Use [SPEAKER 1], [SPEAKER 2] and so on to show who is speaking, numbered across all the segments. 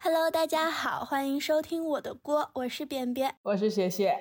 [SPEAKER 1] Hello，大家好，欢迎收听我的锅，我是便便。
[SPEAKER 2] 我是雪雪。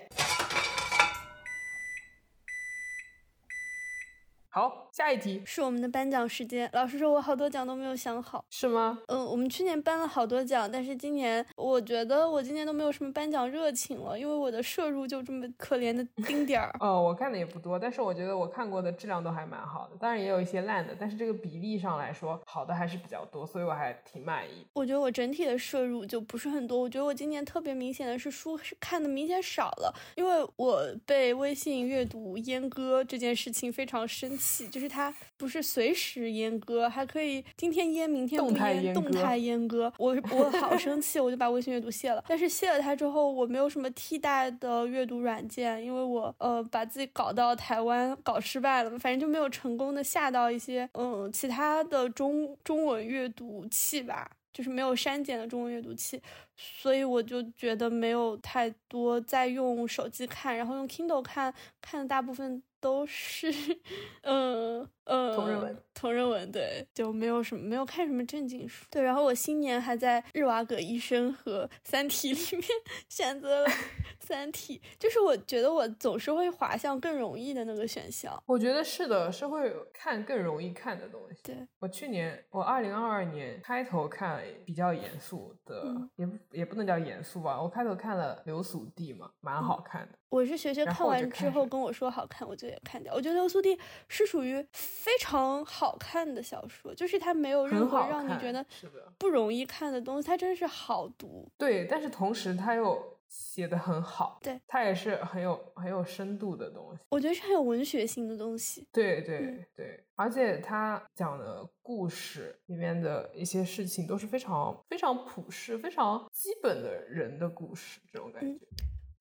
[SPEAKER 2] 好，下一题
[SPEAKER 1] 是我们的颁奖时间。老实说，我好多奖都没有想好。
[SPEAKER 2] 是吗？。
[SPEAKER 1] 嗯，我们去年颁了好多奖，但是今年我觉得我今年都没有什么颁奖热情了，因为我的摄入就这么可怜的丁点儿
[SPEAKER 2] 哦，我看的也不多，但是我觉得我看过的质量都还蛮好的，当然也有一些烂的，但是这个比例上来说，好的还是比较多，所以我还挺满意。
[SPEAKER 1] 我觉得我整体的摄入就不是很多。我觉得我今年特别明显的是书是看的明显少了，因为我被微信阅读阉割这件事情非常生气，就是它不是随时阉割，还可以今天阉明天不
[SPEAKER 2] 动态
[SPEAKER 1] 阉，
[SPEAKER 2] 阉
[SPEAKER 1] 动
[SPEAKER 2] 割
[SPEAKER 1] 态阉割。我我好生气，我就把微信阅读卸了。但是卸了它之后，我没有什么替代的阅读软件，因为我呃把自己搞到台湾搞失败了，反正就没有成功的下到一些嗯其他的中中文阅读器吧。就是没有删减的中文阅读器，所以我就觉得没有太多在用手机看，然后用 Kindle 看看的大部分都是， 呃呃，
[SPEAKER 2] 同人文，
[SPEAKER 1] 同人文，对，就没有什么没有看什么正经书，对。然后我新年还在《日瓦戈医生》和《三体》里面 选择了《三体》，就是我觉得我总是会滑向更容易的那个选项。
[SPEAKER 2] 我觉得是的，是会看更容易看的东西。
[SPEAKER 1] 对，
[SPEAKER 2] 我去年，我二零二二年开头看了比较严肃的，
[SPEAKER 1] 嗯
[SPEAKER 2] 也不也不能叫严肃吧，我开头看了《流俗地》嘛，
[SPEAKER 1] 嗯
[SPEAKER 2] 蛮好看的。
[SPEAKER 1] 我是学学
[SPEAKER 2] 然
[SPEAKER 1] 看
[SPEAKER 2] 后我就
[SPEAKER 1] 完
[SPEAKER 2] 开
[SPEAKER 1] 之后
[SPEAKER 2] 始
[SPEAKER 1] 跟我说好看，我就也看掉。我觉得《流苏地》是属于非常好看的小说，就是它没有任
[SPEAKER 2] 很
[SPEAKER 1] 何
[SPEAKER 2] 好
[SPEAKER 1] 让你觉
[SPEAKER 2] 看
[SPEAKER 1] 得
[SPEAKER 2] 是的
[SPEAKER 1] 不容易看的东西，它真是好读。
[SPEAKER 2] 对，但是同时它又写的很好，
[SPEAKER 1] 对，
[SPEAKER 2] 它也是很有很有深度的东西。
[SPEAKER 1] 我觉得是很有文学性的东西。
[SPEAKER 2] 对对、
[SPEAKER 1] 嗯
[SPEAKER 2] 对，而且他讲的故事里面的一些事情都是非常非常普世、非常基本的人的故事，这种感
[SPEAKER 1] 嗯
[SPEAKER 2] 觉。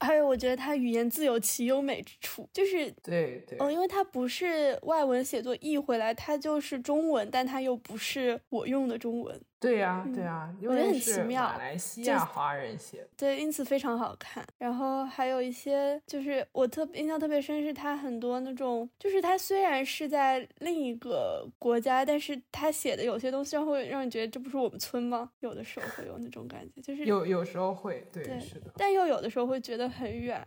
[SPEAKER 1] 还有，我觉得它语言自有其优美之处，就是
[SPEAKER 2] 对对，
[SPEAKER 1] 嗯，因为它不是外文写作译回来，它就是中文，但它又不是我用的中文，
[SPEAKER 2] 对呀、对
[SPEAKER 1] 嗯
[SPEAKER 2] 呀、因
[SPEAKER 1] 我觉得
[SPEAKER 2] 为
[SPEAKER 1] 很奇
[SPEAKER 2] 是
[SPEAKER 1] 妙
[SPEAKER 2] 马来西
[SPEAKER 1] 就
[SPEAKER 2] 亚
[SPEAKER 1] 是
[SPEAKER 2] 华人写的，
[SPEAKER 1] 对，因此非常好看。然后还有一些，就是我特印象特别深是它很多那种，就是它虽然是在另一个国家，但是它写的有些东西让会让你觉得这不是我们村吗？有的时候会有那种感觉，就是
[SPEAKER 2] 有有时候会，对，
[SPEAKER 1] 对
[SPEAKER 2] 是的。
[SPEAKER 1] 但又有的时候会觉得很远。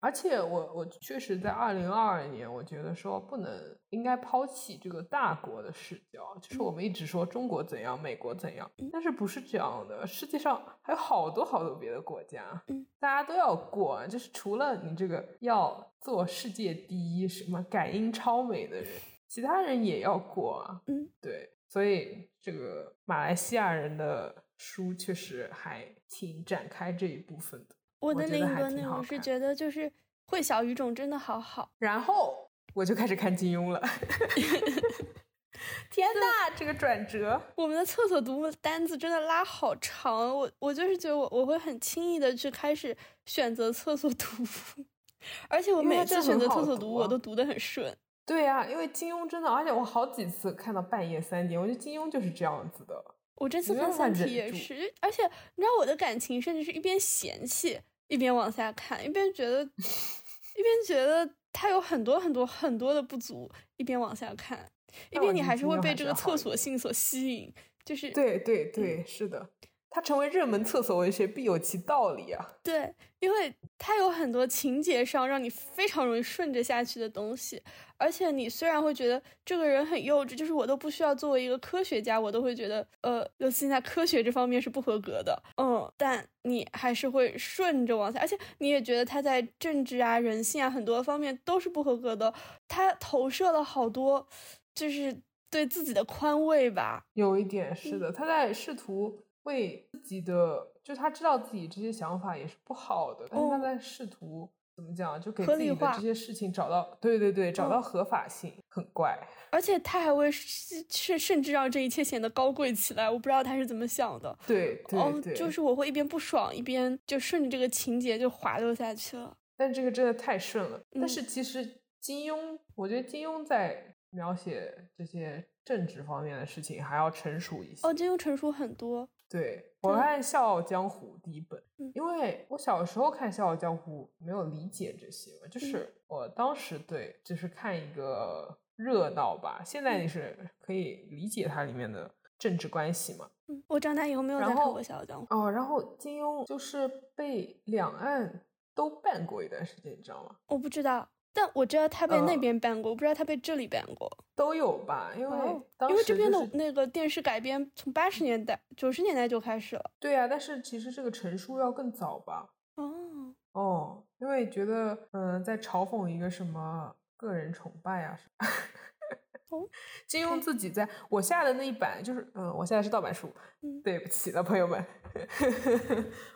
[SPEAKER 2] 而且我我确实在二零二二年，我觉得说不能应该抛弃这个大国的视角，就是我们一直说中国怎样，美国怎样，
[SPEAKER 1] 嗯
[SPEAKER 2] 但是不是这样的？世界上还有好多好多别的国家
[SPEAKER 1] 嗯，
[SPEAKER 2] 大家都要过，就是除了你这个要做世界第一什么感应超美的人，其他人也要过啊。
[SPEAKER 1] 嗯，
[SPEAKER 2] 对，所以这个马来西亚人的书确实还挺展开这一部分的。
[SPEAKER 1] 我
[SPEAKER 2] 我
[SPEAKER 1] 的
[SPEAKER 2] 觉
[SPEAKER 1] 另
[SPEAKER 2] 得
[SPEAKER 1] 一
[SPEAKER 2] 还
[SPEAKER 1] 个
[SPEAKER 2] 挺
[SPEAKER 1] 那
[SPEAKER 2] 好
[SPEAKER 1] 种是
[SPEAKER 2] 看
[SPEAKER 1] 觉得就是会小语种真的好好，
[SPEAKER 2] 然后我就开始看金庸了。 天呐，这个转折！
[SPEAKER 1] 我们的厕所读物单子真的拉好长，我我就是觉得我我会很轻易的去开始选择厕所读物，而且我
[SPEAKER 2] 因
[SPEAKER 1] 每
[SPEAKER 2] 为它真
[SPEAKER 1] 次
[SPEAKER 2] 的
[SPEAKER 1] 选
[SPEAKER 2] 很
[SPEAKER 1] 择
[SPEAKER 2] 好
[SPEAKER 1] 厕所
[SPEAKER 2] 读
[SPEAKER 1] 读物我
[SPEAKER 2] 啊
[SPEAKER 1] 都读得很顺。
[SPEAKER 2] 对呀、因为金庸真的，而且我好几次看到半夜三点，我觉得金庸就是这样子的。
[SPEAKER 1] 我这次
[SPEAKER 2] 没
[SPEAKER 1] 看《
[SPEAKER 2] 办法
[SPEAKER 1] 三体》
[SPEAKER 2] 忍
[SPEAKER 1] 也
[SPEAKER 2] 住
[SPEAKER 1] 是，而且你知道我的感情甚至是一边嫌弃一边往下看，一边觉 得一边觉得它有很多很多很多的不足，一边往下看，一
[SPEAKER 2] 那
[SPEAKER 1] 边
[SPEAKER 2] 我
[SPEAKER 1] 你
[SPEAKER 2] 觉得
[SPEAKER 1] 还是
[SPEAKER 2] 金
[SPEAKER 1] 会
[SPEAKER 2] 庸
[SPEAKER 1] 被
[SPEAKER 2] 还
[SPEAKER 1] 这
[SPEAKER 2] 是
[SPEAKER 1] 个
[SPEAKER 2] 要好
[SPEAKER 1] 厕
[SPEAKER 2] 一
[SPEAKER 1] 所
[SPEAKER 2] 点
[SPEAKER 1] 性所吸引，就是
[SPEAKER 2] 对对对，是的，它成为热门厕所文学必有其道理啊。
[SPEAKER 1] 对，因为它有很多情节上让你非常容易顺着下去的东西，而且你虽然会觉得这个人很幼稚，就是我都不需要作为一个科学家，我都会觉得，呃，尤其在科学这方面是不合格的，嗯，但你还是会顺着往下，而且你也觉得他在政治啊、人性啊很多方面都是不合格的，他投射了好多，就是对自己的宽慰吧，
[SPEAKER 2] 有一点是的，他在试图为自己的，就他知道自己这些想法也是不好的，但是他
[SPEAKER 1] 哦
[SPEAKER 2] 在试图怎么讲，就给
[SPEAKER 1] 合
[SPEAKER 2] 自己
[SPEAKER 1] 理
[SPEAKER 2] 的
[SPEAKER 1] 化
[SPEAKER 2] 这些事情找到，对对对，找
[SPEAKER 1] 嗯
[SPEAKER 2] 到合法性，很怪。
[SPEAKER 1] 而且他还会甚甚至让这一切显得高贵起来，我不知道他是怎么想的。
[SPEAKER 2] 对对
[SPEAKER 1] 哦，
[SPEAKER 2] 对，
[SPEAKER 1] 就是我会一边不爽，一边就顺着这个情节就滑溜下去了。
[SPEAKER 2] 但这个真的太顺了。
[SPEAKER 1] 嗯
[SPEAKER 2] 但是其实金庸，我觉得金庸在描写这些政治方面的事情还要成熟一些。
[SPEAKER 1] 哦，金庸成熟很多，
[SPEAKER 2] 对我
[SPEAKER 1] 对
[SPEAKER 2] 看《笑傲江湖》第一本
[SPEAKER 1] 嗯，
[SPEAKER 2] 因为我小时候看《笑傲江湖》没有理解这些
[SPEAKER 1] 嗯
[SPEAKER 2] 嘛，就是我当时对，
[SPEAKER 1] 嗯
[SPEAKER 2] 就是看一个热闹吧。现在你是可以理解它里面的政治关系嘛。
[SPEAKER 1] 嗯，我长大以后没有再看
[SPEAKER 2] 然后
[SPEAKER 1] 过《笑傲江湖》。
[SPEAKER 2] 哦，然后金庸就是被两岸都办过一段时间，你知道吗？
[SPEAKER 1] 我不知道，但我知道他被那
[SPEAKER 2] 嗯
[SPEAKER 1] 边办过，我不知道他被这里办过。
[SPEAKER 2] 都有吧，因
[SPEAKER 1] 哇
[SPEAKER 2] 为
[SPEAKER 1] 哦
[SPEAKER 2] 当
[SPEAKER 1] 因为
[SPEAKER 2] 时
[SPEAKER 1] 这边
[SPEAKER 2] 就
[SPEAKER 1] 的
[SPEAKER 2] 是
[SPEAKER 1] 那个电视改编从八十年代、九十年代就开始了。
[SPEAKER 2] 对啊，但是其实这个陈述要更早吧。
[SPEAKER 1] 哦，
[SPEAKER 2] 哦，因为觉得嗯、呃在嘲讽一个什么个人崇拜啊什么。
[SPEAKER 1] 哦
[SPEAKER 2] 金庸
[SPEAKER 1] OK
[SPEAKER 2] 自己在我下的那一版就是，嗯、我下的是盗版书，
[SPEAKER 1] 嗯
[SPEAKER 2] 对不起了，朋友们。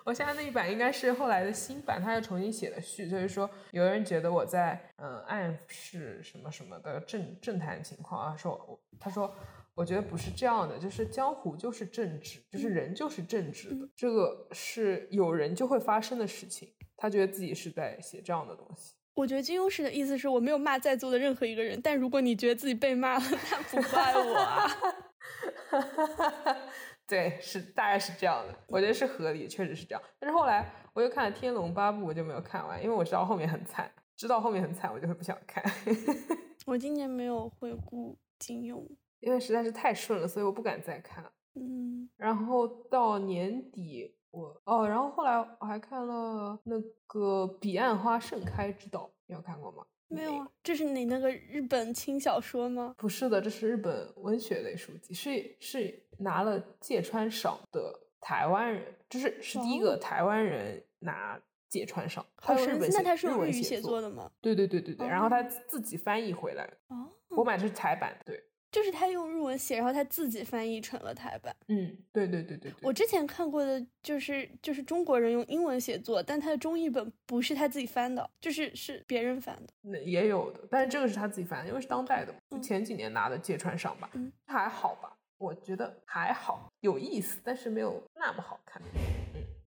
[SPEAKER 2] 我下的那一版应该是后来的新版，他又重新写了序，就是说有人觉得我在嗯、呃暗示什么什么的政政坛情况啊，说我他说我觉得不是这样的，就是江湖就是政治，就是
[SPEAKER 1] 嗯
[SPEAKER 2] 人就是政治的，
[SPEAKER 1] 嗯
[SPEAKER 2] 这个是有人就会发生的事情。他觉得自己是在写这样的东西。
[SPEAKER 1] 我觉得金庸式的意思是我没有骂在座的任何一个人，但如果你觉得自己被骂了，那不怪我啊。
[SPEAKER 2] 对，是大概是这样的，我觉得是合理，确实是这样。但是后来我又看了《天龙八部》，我就没有看完，因为我知道后面很惨，知道后面很惨，我就会不想看，
[SPEAKER 1] 我今年没有回顾金庸，
[SPEAKER 2] 因为实在是太顺了，所以我不敢再看。
[SPEAKER 1] 嗯，
[SPEAKER 2] 然后到年底，我哦，然后后来我还看了那个《彼岸花盛开之岛》，你有看过吗？
[SPEAKER 1] 没有
[SPEAKER 2] 个
[SPEAKER 1] 啊。这是你那个日本轻小说吗？
[SPEAKER 2] 不是的，这是日本文学类书籍，是是拿了芥川赏的台湾人，就是是第一
[SPEAKER 1] 哦
[SPEAKER 2] 个台湾人拿芥川赏。
[SPEAKER 1] 好
[SPEAKER 2] 他用
[SPEAKER 1] 神
[SPEAKER 2] 日本
[SPEAKER 1] 奇，哦那
[SPEAKER 2] 写
[SPEAKER 1] 它是
[SPEAKER 2] 日
[SPEAKER 1] 用
[SPEAKER 2] 文
[SPEAKER 1] 日语
[SPEAKER 2] 写
[SPEAKER 1] 写作的吗？
[SPEAKER 2] 对对对对对，然后他
[SPEAKER 1] 哦
[SPEAKER 2] 自自己翻译回来，
[SPEAKER 1] 哦，
[SPEAKER 2] 我买的是台版，对，
[SPEAKER 1] 就是他用日文写，然后他自己翻译成了台版。
[SPEAKER 2] 嗯，对对对对对，
[SPEAKER 1] 我之前看过的就是就是中国人用英文写作，但他的中译本不是他自己翻的，就是是别人翻的。
[SPEAKER 2] 那也有的，但是这个是他自己翻的，因为是当代的嘛，
[SPEAKER 1] 嗯
[SPEAKER 2] 前几年拿的芥川赏吧，
[SPEAKER 1] 嗯
[SPEAKER 2] 还好吧，我觉得还好，有意思，但是没有那么好看。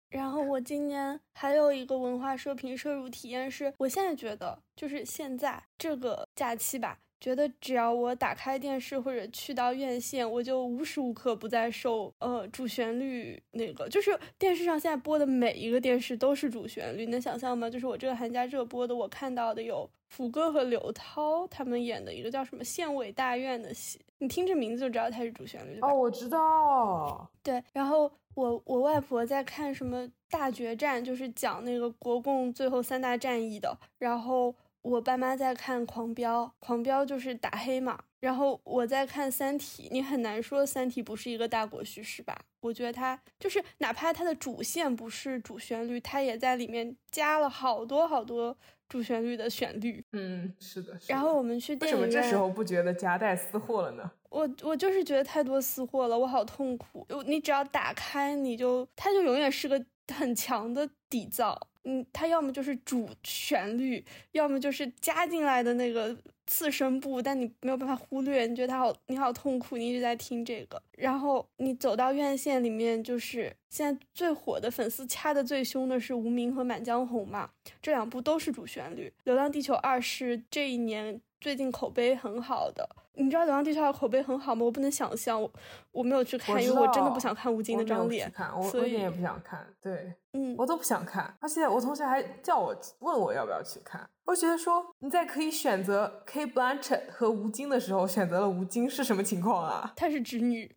[SPEAKER 1] 然后我今年还有一个文化社评摄入体验是，我现在觉得就是现在这个假期吧，觉得只要我打开电视或者去到院线，我就无时无刻不在受呃主旋律那个，就是电视上现在播的每一个电视都是主旋律，你能想象吗？就是我这个寒假热播的，我看到的有福哥和刘涛他们演的一个叫什么县委大院的戏，你听这名字就知道它是主旋律。对吧
[SPEAKER 2] 哦，我知道，
[SPEAKER 1] 对，然后我我外婆在看什么大决战，就是讲那个国共最后三大战役的。然后我爸妈在看《狂飙》，《狂飙》就是打黑嘛。然后我在看《三体》，你很难说《三体》不是一个大国叙事吧？我觉得它就是，哪怕它的主线不是主旋律，它也在里面加了好多好多主旋律的旋律。
[SPEAKER 2] 嗯，是的，是
[SPEAKER 1] 然
[SPEAKER 2] 的
[SPEAKER 1] 后我们去
[SPEAKER 2] 为
[SPEAKER 1] 电
[SPEAKER 2] 什
[SPEAKER 1] 影
[SPEAKER 2] 么
[SPEAKER 1] 院，
[SPEAKER 2] 这时候不觉得夹带私货了呢？
[SPEAKER 1] 我我就是觉得太多私货了，我好痛苦。我你只要打开，你就它就永远是个很强的底噪。嗯，它要么就是主旋律，要么就是加进来的那个次声部，但你没有办法忽略，你觉得它好，你好痛苦，你一直在听这个。然后你走到院线里面，就是现在最火的粉丝掐的最凶的是《无名》和《满江红》嘛，这两部都是主旋律，《流浪地球二》是这一年最近口碑很好的。你知道《流浪地球二》口碑很好吗？我不能想象，我我没有去看，
[SPEAKER 2] 知
[SPEAKER 1] 因为我真的
[SPEAKER 2] 道
[SPEAKER 1] 不想看吴京
[SPEAKER 2] 我
[SPEAKER 1] 那
[SPEAKER 2] 没有
[SPEAKER 1] 张
[SPEAKER 2] 去
[SPEAKER 1] 脸。
[SPEAKER 2] 看，我
[SPEAKER 1] 所
[SPEAKER 2] 我一点
[SPEAKER 1] 以
[SPEAKER 2] 也不想看，对
[SPEAKER 1] 嗯，
[SPEAKER 2] 我都不想看。而且我同学还叫我问我要不要去看，我觉得说你在可以选择 K Blanchett 和吴京的时候，选择了吴京是什么情况啊？
[SPEAKER 1] 她是直女。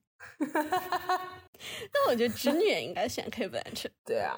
[SPEAKER 1] 但我觉得直女也应该选 K 本 H。
[SPEAKER 2] 对啊，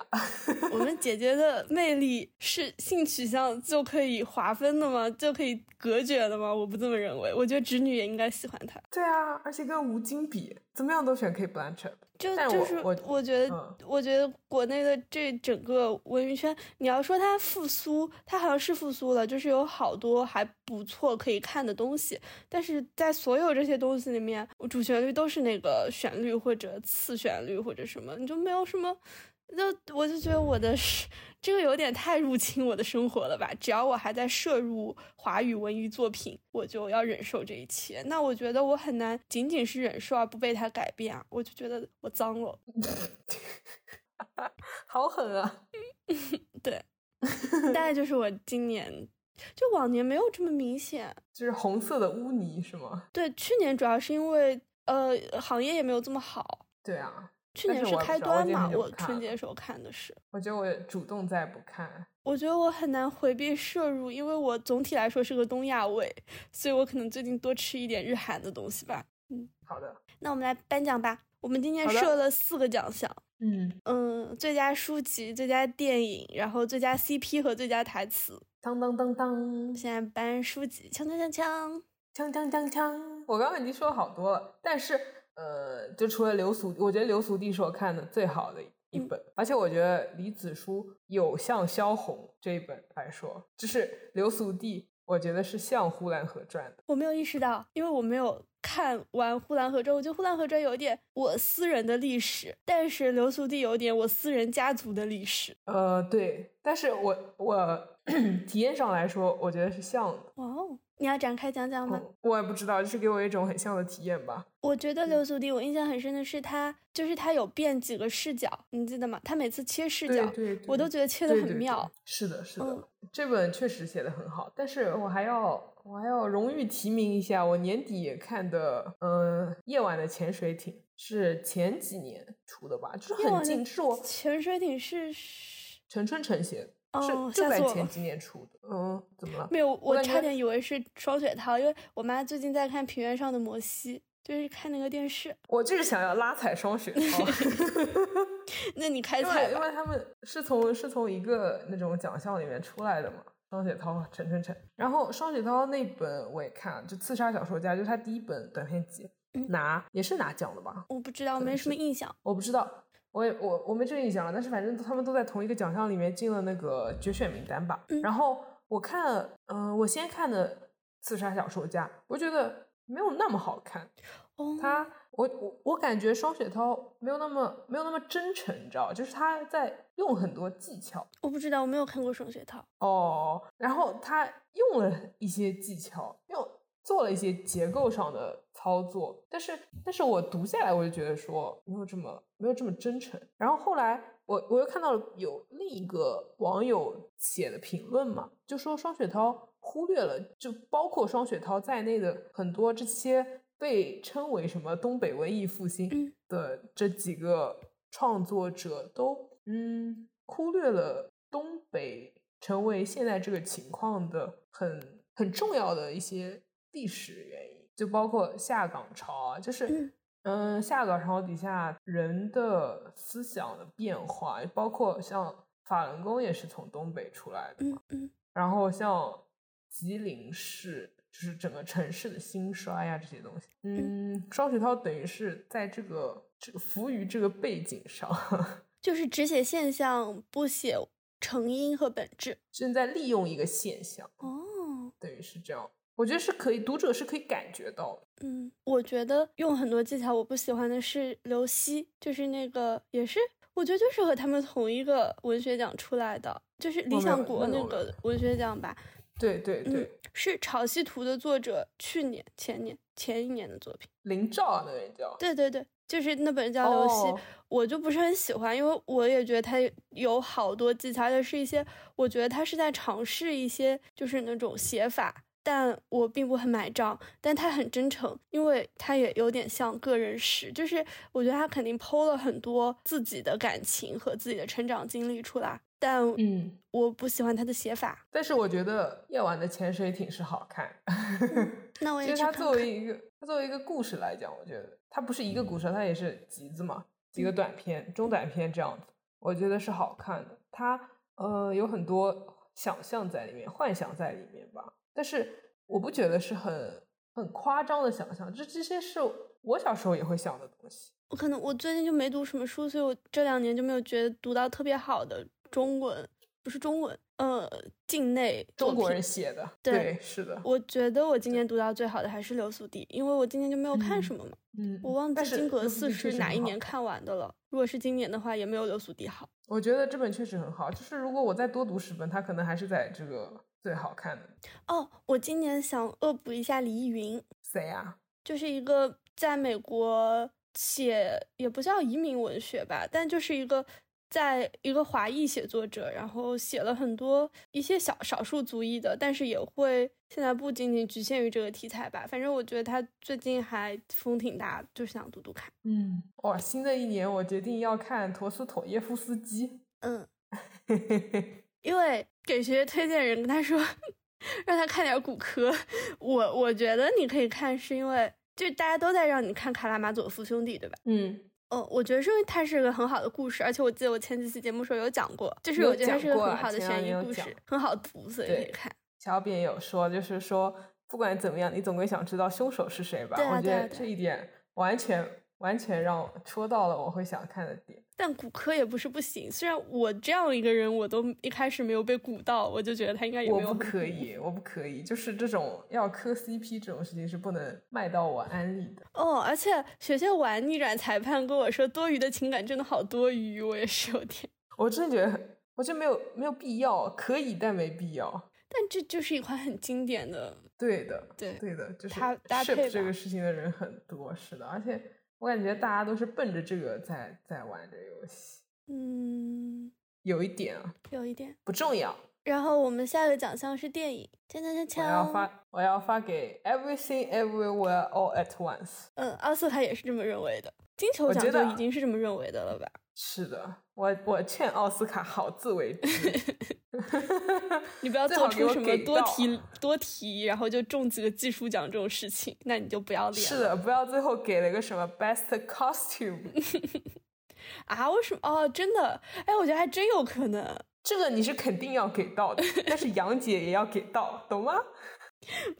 [SPEAKER 1] 我们姐姐的魅力是性取向就可以划分的吗？就可以隔绝的吗？我不这么认为。我觉得直女也应该喜欢她。
[SPEAKER 2] 对啊，而且跟吴京比，怎么样都选 K Blanchett。
[SPEAKER 1] 就
[SPEAKER 2] 但
[SPEAKER 1] 就
[SPEAKER 2] 我
[SPEAKER 1] 是
[SPEAKER 2] 我
[SPEAKER 1] 我觉得，
[SPEAKER 2] 嗯
[SPEAKER 1] 我觉得国内的这整个文娱圈，你要说它复苏，它好像是复苏了，就是有好多还不错可以看的东西。但是在所有这些东西里面，主旋律都是那个旋律或者次旋律或者什么，你就没有什么。就我就觉得我的是这个有点太入侵我的生活了吧？只要我还在摄入华语文娱作品，我就要忍受这一切。那我觉得我很难仅仅是忍受而不被它改变啊！我就觉得我脏了。
[SPEAKER 2] 好狠啊！
[SPEAKER 1] 大概就是我今年，就往年没有这么明显。
[SPEAKER 2] 就是红色的污泥是吗？
[SPEAKER 1] 对，去年主要是因为呃行业也没有这么好。
[SPEAKER 2] 对啊，
[SPEAKER 1] 去
[SPEAKER 2] 但
[SPEAKER 1] 年
[SPEAKER 2] 是
[SPEAKER 1] 是
[SPEAKER 2] 我也不
[SPEAKER 1] 开
[SPEAKER 2] 知道我
[SPEAKER 1] 端
[SPEAKER 2] 今年
[SPEAKER 1] 嘛，
[SPEAKER 2] 就不
[SPEAKER 1] 我
[SPEAKER 2] 看
[SPEAKER 1] 春
[SPEAKER 2] 了
[SPEAKER 1] 节的时候看的是。
[SPEAKER 2] 我觉得我也主动再不看。
[SPEAKER 1] 我觉得我很难回避摄入，因为我总体来说是个东亚胃，所以我可能最近多吃一点日韩的东西吧。嗯，
[SPEAKER 2] 好的，
[SPEAKER 1] 那我们来颁奖吧。我们今天
[SPEAKER 2] 好的
[SPEAKER 1] 设了四个奖项，
[SPEAKER 2] 嗯，
[SPEAKER 1] 嗯，最佳书籍、最佳电影，然后最佳 CP 和最佳台词。
[SPEAKER 2] 当当当当，
[SPEAKER 1] 我们现在颁书籍，锵锵锵锵，
[SPEAKER 2] 锵锵锵锵！我刚刚已经说了好多了，但是呃，就除了《流俗》，我觉得《流俗地》是我看的最好的一
[SPEAKER 1] 嗯
[SPEAKER 2] 本，而且我觉得李子书有像萧红这一本来说，就是《流俗地》，我觉得是像《呼兰河传》的。
[SPEAKER 1] 我没有意识到，因为我没有看完《呼兰河传》，我觉得《呼兰河传》有点我私人的历史，但是《流俗地》有点我私人家族的历史。
[SPEAKER 2] 呃，对，但是我我 体验上来说，我觉得是像的。
[SPEAKER 1] 哇哦，你要展开讲讲吗？
[SPEAKER 2] 嗯我也不知道，就是给我一种很像的体验吧。
[SPEAKER 1] 我觉
[SPEAKER 2] 嗯
[SPEAKER 1] 得《流俗地》我印象很深的是它，就是它有变几个视角，你记得吗？它每次切视
[SPEAKER 2] 对
[SPEAKER 1] 角，
[SPEAKER 2] 对对，
[SPEAKER 1] 我都觉得切的
[SPEAKER 2] 对
[SPEAKER 1] 很
[SPEAKER 2] 对对
[SPEAKER 1] 妙。
[SPEAKER 2] 是的，是的，
[SPEAKER 1] 嗯
[SPEAKER 2] 这本确实写的很好，但是我还要我还要荣誉提名一下我年底看的，嗯、夜晚的潜水艇是前几年出的吧，就是
[SPEAKER 1] 夜晚
[SPEAKER 2] 很
[SPEAKER 1] 的
[SPEAKER 2] 近，哦是我
[SPEAKER 1] 潜水艇是是
[SPEAKER 2] 陈春成写的，
[SPEAKER 1] 哦，
[SPEAKER 2] 是就
[SPEAKER 1] 吓
[SPEAKER 2] 在
[SPEAKER 1] 死我
[SPEAKER 2] 前
[SPEAKER 1] 了！
[SPEAKER 2] 几年出的。嗯，怎么了？
[SPEAKER 1] 没有，我
[SPEAKER 2] 感
[SPEAKER 1] 差
[SPEAKER 2] 觉
[SPEAKER 1] 点以为是双雪涛，因为我妈最近在看《平原上的摩西》，就是看那个电视。
[SPEAKER 2] 我就是想要拉踩双雪涛。
[SPEAKER 1] 那你开
[SPEAKER 2] 因为
[SPEAKER 1] 采
[SPEAKER 2] 因
[SPEAKER 1] 吧。
[SPEAKER 2] 为他们是从是从一个那种奖项里面出来的嘛，双雪涛、陈晨晨。然后双雪涛那本我也看了，就《刺杀小说家》，就是他第一本短篇集，
[SPEAKER 1] 嗯
[SPEAKER 2] 拿也是拿奖了吧？
[SPEAKER 1] 我不知道，
[SPEAKER 2] 可
[SPEAKER 1] 没
[SPEAKER 2] 能
[SPEAKER 1] 什么
[SPEAKER 2] 是
[SPEAKER 1] 印象。
[SPEAKER 2] 我不知道，我也我我没这个印象了。但是反正他们都在同一个奖项里面进了那个决选名单吧。
[SPEAKER 1] 嗯
[SPEAKER 2] 然后我看了，嗯、我先看的《刺杀小说家》，我觉得没有那么好看。
[SPEAKER 1] 哦，
[SPEAKER 2] 他，我我我感觉双雪涛没有那么没有那么真诚，你知道，就是他在用很多技巧
[SPEAKER 1] 我不知道，我没有看过双雪涛。
[SPEAKER 2] 哦，然后他用了一些技巧，又做了一些结构上的操作，但是但是我读下来我就觉得说没有这么没有这么真诚，然后后来。我我又看到了有另一个网友写的评论嘛，就说双雪涛忽略了，就包括双雪涛在内的很多这些被称为什么东北文艺复兴
[SPEAKER 1] 嗯
[SPEAKER 2] 的这几个创作者都嗯忽略了东北成为现在这个情况的很很重要的一些历史原因，就包括下岗潮啊，就是
[SPEAKER 1] 嗯
[SPEAKER 2] 嗯，下岗潮底下人的思想的变化，包括像法轮功也是从东北出来的，
[SPEAKER 1] 嗯嗯
[SPEAKER 2] 然后像吉林市，就是整个城市的兴衰呀、这些东西。嗯，双雪涛等于是在这个这个浮于这个背景上，
[SPEAKER 1] 就是只写现象，不写成因和本质。
[SPEAKER 2] 正在利用一个现象，
[SPEAKER 1] 哦，
[SPEAKER 2] 等于是这样。我觉得是可以，读者是可以感觉到的。
[SPEAKER 1] 嗯，我觉得用很多技巧，我不喜欢的是刘希，就是那个也是，我觉得就是和他们同一个文学奖出来的，就是
[SPEAKER 2] 哦没
[SPEAKER 1] 理
[SPEAKER 2] 有
[SPEAKER 1] 想国
[SPEAKER 2] 那个
[SPEAKER 1] 那
[SPEAKER 2] 我没有
[SPEAKER 1] 个文学奖吧。
[SPEAKER 2] 对对对，
[SPEAKER 1] 嗯，是《潮汐图》的作者去年、前年、前一年的作品。
[SPEAKER 2] 林兆啊那个人叫。
[SPEAKER 1] 对对对，就是那本叫《刘希》
[SPEAKER 2] 哦
[SPEAKER 1] 我就不是很喜欢，因为我也觉得他有好多技巧，而且是一些我觉得他是在尝试一些就是那种写法，但我并不很买账。但他很真诚，因为他也有点像个人史，就是我觉得他肯定剖了很多自己的感情和自己的成长经历出来，但
[SPEAKER 2] 嗯，
[SPEAKER 1] 我不喜欢他的写法。
[SPEAKER 2] 但是我觉得夜晚的潜水艇是好看。
[SPEAKER 1] 那我
[SPEAKER 2] 其
[SPEAKER 1] 也
[SPEAKER 2] 实
[SPEAKER 1] 去
[SPEAKER 2] 它
[SPEAKER 1] 看
[SPEAKER 2] 作
[SPEAKER 1] 看。
[SPEAKER 2] 为一个它作为一个故事来讲，我觉得它不是一个故事，
[SPEAKER 1] 嗯
[SPEAKER 2] 它也是集子嘛，几个短片、中短片这样子，我觉得是好看的。它呃有很多想象在里面，幻想在里面吧，但是我不觉得是很很夸张的想象，这这些是我小时候也会想的东西。
[SPEAKER 1] 我可能我最近就没读什么书，所以我这两年就没有觉得读到特别好的中文，不是中文，呃，境内作
[SPEAKER 2] 中国
[SPEAKER 1] 品
[SPEAKER 2] 人写的，
[SPEAKER 1] 对
[SPEAKER 2] 对，是的，
[SPEAKER 1] 我觉得我今年读到最好的还是刘宿敌，因为我今年就没有看
[SPEAKER 2] 嗯
[SPEAKER 1] 什么嘛，
[SPEAKER 2] 嗯，
[SPEAKER 1] 我忘记
[SPEAKER 2] 但
[SPEAKER 1] 《
[SPEAKER 2] 是
[SPEAKER 1] 金阁
[SPEAKER 2] 刘
[SPEAKER 1] 寺
[SPEAKER 2] 思》确
[SPEAKER 1] 是
[SPEAKER 2] 实
[SPEAKER 1] 哪
[SPEAKER 2] 很
[SPEAKER 1] 一
[SPEAKER 2] 好
[SPEAKER 1] 年看完的了。如果是今年的话，也没有刘宿敌好。
[SPEAKER 2] 我觉得这本确实很好，就是如果我再多读十本，它可能还是在这个最好看的。
[SPEAKER 1] 哦，我今年想恶补一下李依云，
[SPEAKER 2] 谁啊呀、
[SPEAKER 1] 就是一个在美国写也不叫移民文学吧，但就是一个在一个华裔写作者，然后写了很多一些小少数族裔的，但是也会现在不仅仅局限于这个题材吧。反正我觉得他最近还风挺大的，就是想读读看。
[SPEAKER 2] 嗯，哇，新的一年我决定要看陀思妥耶夫斯基。
[SPEAKER 1] 嗯，因为给学姐推荐 人跟他说让他看点骨科，我我觉得你可以看，是因为就大家都在让你看《卡拉马佐夫兄弟》，对吧？
[SPEAKER 2] 嗯，
[SPEAKER 1] 嗯，我觉得是因为它是个很好的故事，而且我记得我前几期节目时候有讲过，就是我觉得它是个
[SPEAKER 2] 有讲过啊
[SPEAKER 1] 很好的
[SPEAKER 2] 前两
[SPEAKER 1] 悬疑
[SPEAKER 2] 年有
[SPEAKER 1] 故事
[SPEAKER 2] 讲，
[SPEAKER 1] 很好读，所以可以
[SPEAKER 2] 对
[SPEAKER 1] 看。
[SPEAKER 2] 小饼也有说，就是说不管怎么样，你总归想知道凶手是谁吧？
[SPEAKER 1] 对啊
[SPEAKER 2] 我觉
[SPEAKER 1] 对啊
[SPEAKER 2] 得
[SPEAKER 1] 对啊
[SPEAKER 2] 这一点完全完全让我戳到了我会想看的点。
[SPEAKER 1] 但骨科也不是不行，虽然我这样一个人，我都一开始没有被鼓到，我就觉得他应该也
[SPEAKER 2] 我
[SPEAKER 1] 没有
[SPEAKER 2] 不
[SPEAKER 1] 很
[SPEAKER 2] 可
[SPEAKER 1] 鼓
[SPEAKER 2] 以，我不可以，就是这种要磕 CP 这种事情是不能卖到我安利的。
[SPEAKER 1] 哦，而且学学玩逆转裁判跟我说，多余的情感真的好多余，我也是有点。
[SPEAKER 2] 我真的觉得，我真没有没有必要，可以但没必要。
[SPEAKER 1] 但这就是一款很经典的，
[SPEAKER 2] 对的，
[SPEAKER 1] 对
[SPEAKER 2] 对的，就是
[SPEAKER 1] 它搭配
[SPEAKER 2] ship 这
[SPEAKER 1] 吧
[SPEAKER 2] 个事情的人很多，是的，而且我感觉大家都是奔着这个在在玩这个游戏，
[SPEAKER 1] 嗯，
[SPEAKER 2] 有一点啊
[SPEAKER 1] 有一点。
[SPEAKER 2] 不重要。
[SPEAKER 1] 然后我们下个奖项是电影，锵锵
[SPEAKER 2] 我要
[SPEAKER 1] 锵锵。
[SPEAKER 2] 发，我要发给 Everything Everywhere All at Once。
[SPEAKER 1] 嗯，奥斯卡也是这么认为的，金球
[SPEAKER 2] 我
[SPEAKER 1] 奖
[SPEAKER 2] 觉
[SPEAKER 1] 就
[SPEAKER 2] 得
[SPEAKER 1] 已经是这么认为的了吧？，
[SPEAKER 2] 是的，我我劝奥斯卡好自为之
[SPEAKER 1] 你不要
[SPEAKER 2] 最
[SPEAKER 1] 做
[SPEAKER 2] 好给
[SPEAKER 1] 出
[SPEAKER 2] 我
[SPEAKER 1] 什么
[SPEAKER 2] 给
[SPEAKER 1] 多
[SPEAKER 2] 到
[SPEAKER 1] 提多提，然后就中几个技术奖这种事情，那你就不要脸
[SPEAKER 2] 是
[SPEAKER 1] 了
[SPEAKER 2] 的，不要最后给了个什么 Best Costume，
[SPEAKER 1] 啊！为什么？哦，真的，哎，我觉得还真有可能。
[SPEAKER 2] 这个你是肯定要 给到的，但是杨姐也要给到，懂吗？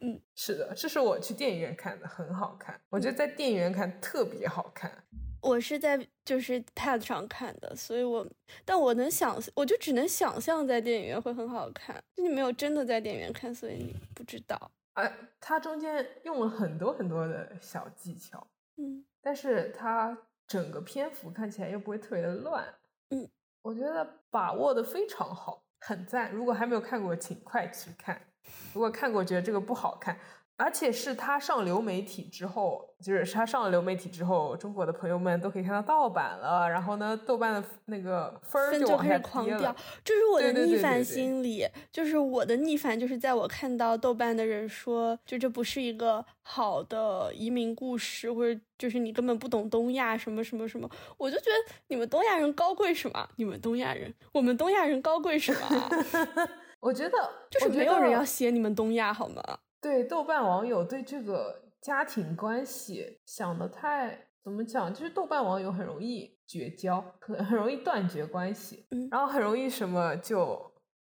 [SPEAKER 1] 嗯，
[SPEAKER 2] 是的，这是我去电影院看的，很好看，我觉得在电影院看特别好看。
[SPEAKER 1] 我是在就是 Pad 上看的，所以我但我能想，我就只能想象在电影院会很好看，就你没有真的在电影院看，所以你不知道。
[SPEAKER 2] 啊，它中间用了很多很多的小技巧，
[SPEAKER 1] 嗯，
[SPEAKER 2] 但是它整个篇幅看起来又不会特别的乱。
[SPEAKER 1] 嗯，
[SPEAKER 2] 我觉得把握的非常好，很赞。如果还没有看过，请快去看；如果看过，觉得这个不好看，而且是它上流媒体之后，就是它上了流媒体之后，中国的朋友们都可以看到盗版了。然后呢，豆瓣的那个分儿
[SPEAKER 1] 分
[SPEAKER 2] 就
[SPEAKER 1] 就
[SPEAKER 2] 往
[SPEAKER 1] 开
[SPEAKER 2] 下
[SPEAKER 1] 始狂
[SPEAKER 2] 跌了
[SPEAKER 1] 掉，这是我的
[SPEAKER 2] 对对
[SPEAKER 1] 逆
[SPEAKER 2] 对对
[SPEAKER 1] 反
[SPEAKER 2] 对
[SPEAKER 1] 心理。就是我的逆反，就是在我看到豆瓣的人说，就这不是一个好的移民故事，或者就是你根本不懂东亚什么什么什么，我就觉得你们东亚人高贵什么？你们东亚人，我们东亚人高贵什 么？啊
[SPEAKER 2] 我觉得
[SPEAKER 1] 就是
[SPEAKER 2] 我觉
[SPEAKER 1] 没有人
[SPEAKER 2] 得
[SPEAKER 1] 要写你们东亚好吗？
[SPEAKER 2] 对豆瓣网友对这个家庭关系想的太怎么讲？就是豆瓣网友很容易绝交，很很容易断绝关系，
[SPEAKER 1] 嗯
[SPEAKER 2] 然后很容易什么就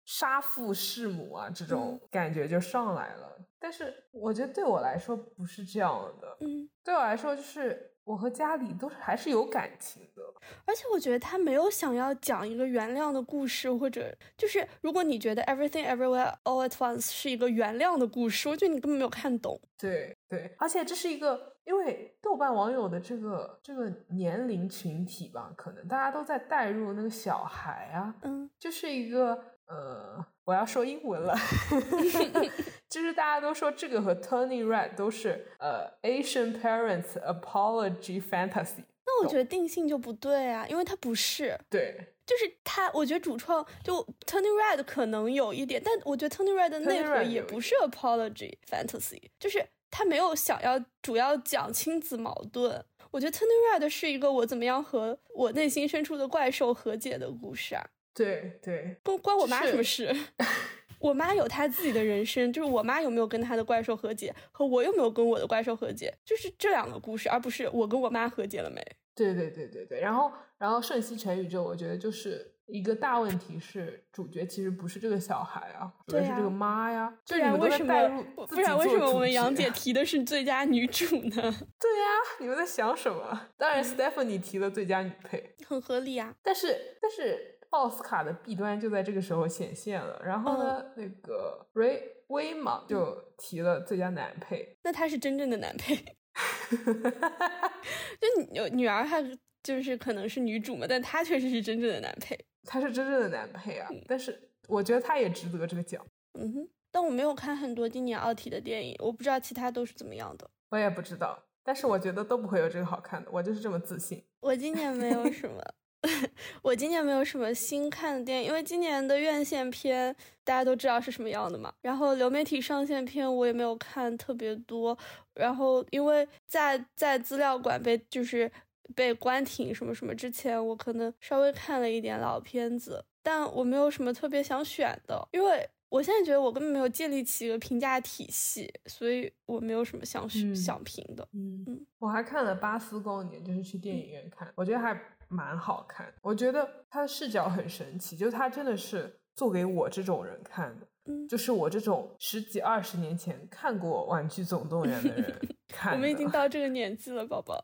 [SPEAKER 2] 杀父弑母啊这种
[SPEAKER 1] 嗯
[SPEAKER 2] 感觉就上来了。但是我觉得对我来说不是这样的，
[SPEAKER 1] 嗯，
[SPEAKER 2] 对我来说就是我和家里都是还是有感情的。
[SPEAKER 1] 而且我觉得他没有想要讲一个原谅的故事，或者就是如果你觉得 Everything Everywhere All at Once 是一个原谅的故事，我觉得你根本没有看懂。
[SPEAKER 2] 对对，而且这是一个，因为豆瓣网友的这个这个年龄群体吧，可能大家都在带入那个小孩啊，
[SPEAKER 1] 嗯
[SPEAKER 2] 就是一个呃，我要说英文了， 就是大家都说这个和 Turning Red 都是呃 Asian Parents Apology Fantasy，
[SPEAKER 1] 那我觉得定性就不对啊，因为它不是，
[SPEAKER 2] 对
[SPEAKER 1] 就是它，我觉得主创就 Turning Red 可能有一点，但我觉得 Turning Red 的内
[SPEAKER 2] Turning
[SPEAKER 1] 核
[SPEAKER 2] Red
[SPEAKER 1] 也
[SPEAKER 2] 有一
[SPEAKER 1] 不是 apology fantasy，就是他没有想要主要讲亲子矛盾。我觉得 Turning Red 是一个我怎么样和我内心深处的怪兽和解的故事啊，
[SPEAKER 2] 对对，
[SPEAKER 1] 关关我妈
[SPEAKER 2] 是
[SPEAKER 1] 什么事？ 我妈有她自己的人生，就是我妈有没有跟她的怪兽和解，和我有没有跟我的怪兽和解，就是这两个故事，而不是我跟我妈和解了没。
[SPEAKER 2] 对对对对对，然后然后瞬息全宇宙，我觉得就是一个大问题是，主角其实不是这个小孩啊，主角
[SPEAKER 1] 对
[SPEAKER 2] 是这
[SPEAKER 1] 啊
[SPEAKER 2] 个妈呀，
[SPEAKER 1] 不
[SPEAKER 2] 就你
[SPEAKER 1] 然
[SPEAKER 2] 们
[SPEAKER 1] 为
[SPEAKER 2] 都在
[SPEAKER 1] 什
[SPEAKER 2] 带
[SPEAKER 1] 么
[SPEAKER 2] 入？
[SPEAKER 1] 不
[SPEAKER 2] 自
[SPEAKER 1] 不然
[SPEAKER 2] 己
[SPEAKER 1] 为
[SPEAKER 2] 做
[SPEAKER 1] 什么我
[SPEAKER 2] 主
[SPEAKER 1] 们杨
[SPEAKER 2] 角
[SPEAKER 1] 姐提的是最佳女主呢？
[SPEAKER 2] 对呀、 你们在想什么？当
[SPEAKER 1] 嗯
[SPEAKER 2] 然，Stephanie 提了最佳女配，
[SPEAKER 1] 很合理啊。
[SPEAKER 2] 但是但是奥斯卡的弊端就在这个时候显现了。然后呢，
[SPEAKER 1] 嗯
[SPEAKER 2] 那个瑞威嘛就提了最佳男配，
[SPEAKER 1] 那她是真正的男配， 就女女儿她就是可能是女主嘛，但她确实是真正的男配。
[SPEAKER 2] 他是真正的男配啊，但是我觉得他也值得这个奖。
[SPEAKER 1] 嗯哼，但我没有看很多今年奥体的电影，我不知道其他都是怎么样的。
[SPEAKER 2] 我也不知道，但是我觉得都不会有这个好看的，我就是这么自信。
[SPEAKER 1] 我今年没有什么， 我今年没有什么新看的电影，因为今年的院线片大家都知道是什么样的嘛。然后流媒体上线片我也没有看特别多，然后因为在在资料馆被就是被关停什么什么之前，我可能稍微看了一点老片子，但我没有什么特别想选的，因为。我现在觉得我根本没有建立起一个评价体系，所以我没有什么想、
[SPEAKER 2] 嗯
[SPEAKER 1] 想评的。
[SPEAKER 2] 嗯
[SPEAKER 1] 嗯
[SPEAKER 2] 我还看了《巴斯光年》，就是去电影院看，我觉得还蛮好看。我觉得他的视角很神奇，就是他真的是做给我这种人看的，
[SPEAKER 1] 嗯
[SPEAKER 2] 就是我这种十几二十年前看过《玩具总动员》的人看的。
[SPEAKER 1] 我们已经到这个年纪了，宝宝。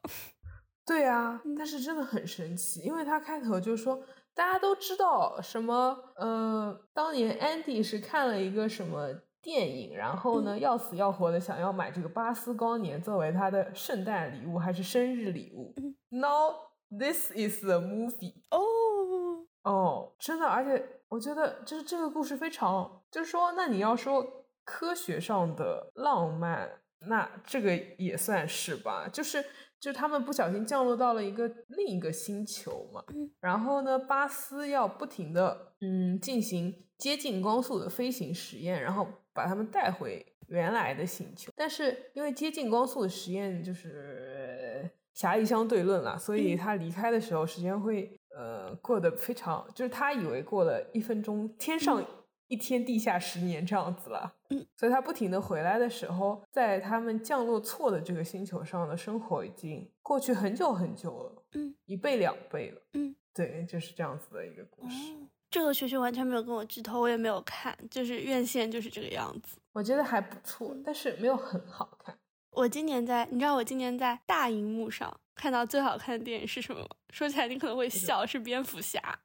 [SPEAKER 2] 对啊，但是真的很神奇，因为他开头就说。大家都知道什么？呃，当年 Andy 是看了一个什么电影，然后呢，要死要活的想要买这个《巴斯光年》作为他的圣诞礼物还是生日礼物。
[SPEAKER 1] 嗯
[SPEAKER 2] Now this is a movie。
[SPEAKER 1] 哦，
[SPEAKER 2] 哦，真的，而且我觉得就是这个故事非常，就是说，那你要说科学上的浪漫，那这个也算是吧，就是。就他们不小心降落到了一个另一个星球嘛
[SPEAKER 1] 嗯，
[SPEAKER 2] 然后呢，巴斯要不停的嗯进行接近光速的飞行实验，然后把他们带回原来的星球。但是因为接近光速的实验就是呃狭义相对论啦，所以
[SPEAKER 1] 嗯
[SPEAKER 2] 他离开的时候时间会呃过得非常，就是他以为过了一分钟，天上一天，地下十年这样子啦。
[SPEAKER 1] 嗯，
[SPEAKER 2] 所以他不停的回来的时候，在他们降落错的这个星球上的生活已经过去很久很久了，
[SPEAKER 1] 嗯，
[SPEAKER 2] 一倍两倍了，
[SPEAKER 1] 嗯，
[SPEAKER 2] 对，就是这样子的一个故事。
[SPEAKER 1] 哦这个学学完全没有跟我剧透，我也没有看，就是院线就是这个样子。
[SPEAKER 2] 我觉得还不错，
[SPEAKER 1] 嗯
[SPEAKER 2] 但是没有很好看。
[SPEAKER 1] 我今年在，你知道我今年在大荧幕上看到最好看的电影是什么吗？说起来你可能会
[SPEAKER 2] 什么
[SPEAKER 1] 笑，是蝙蝠侠。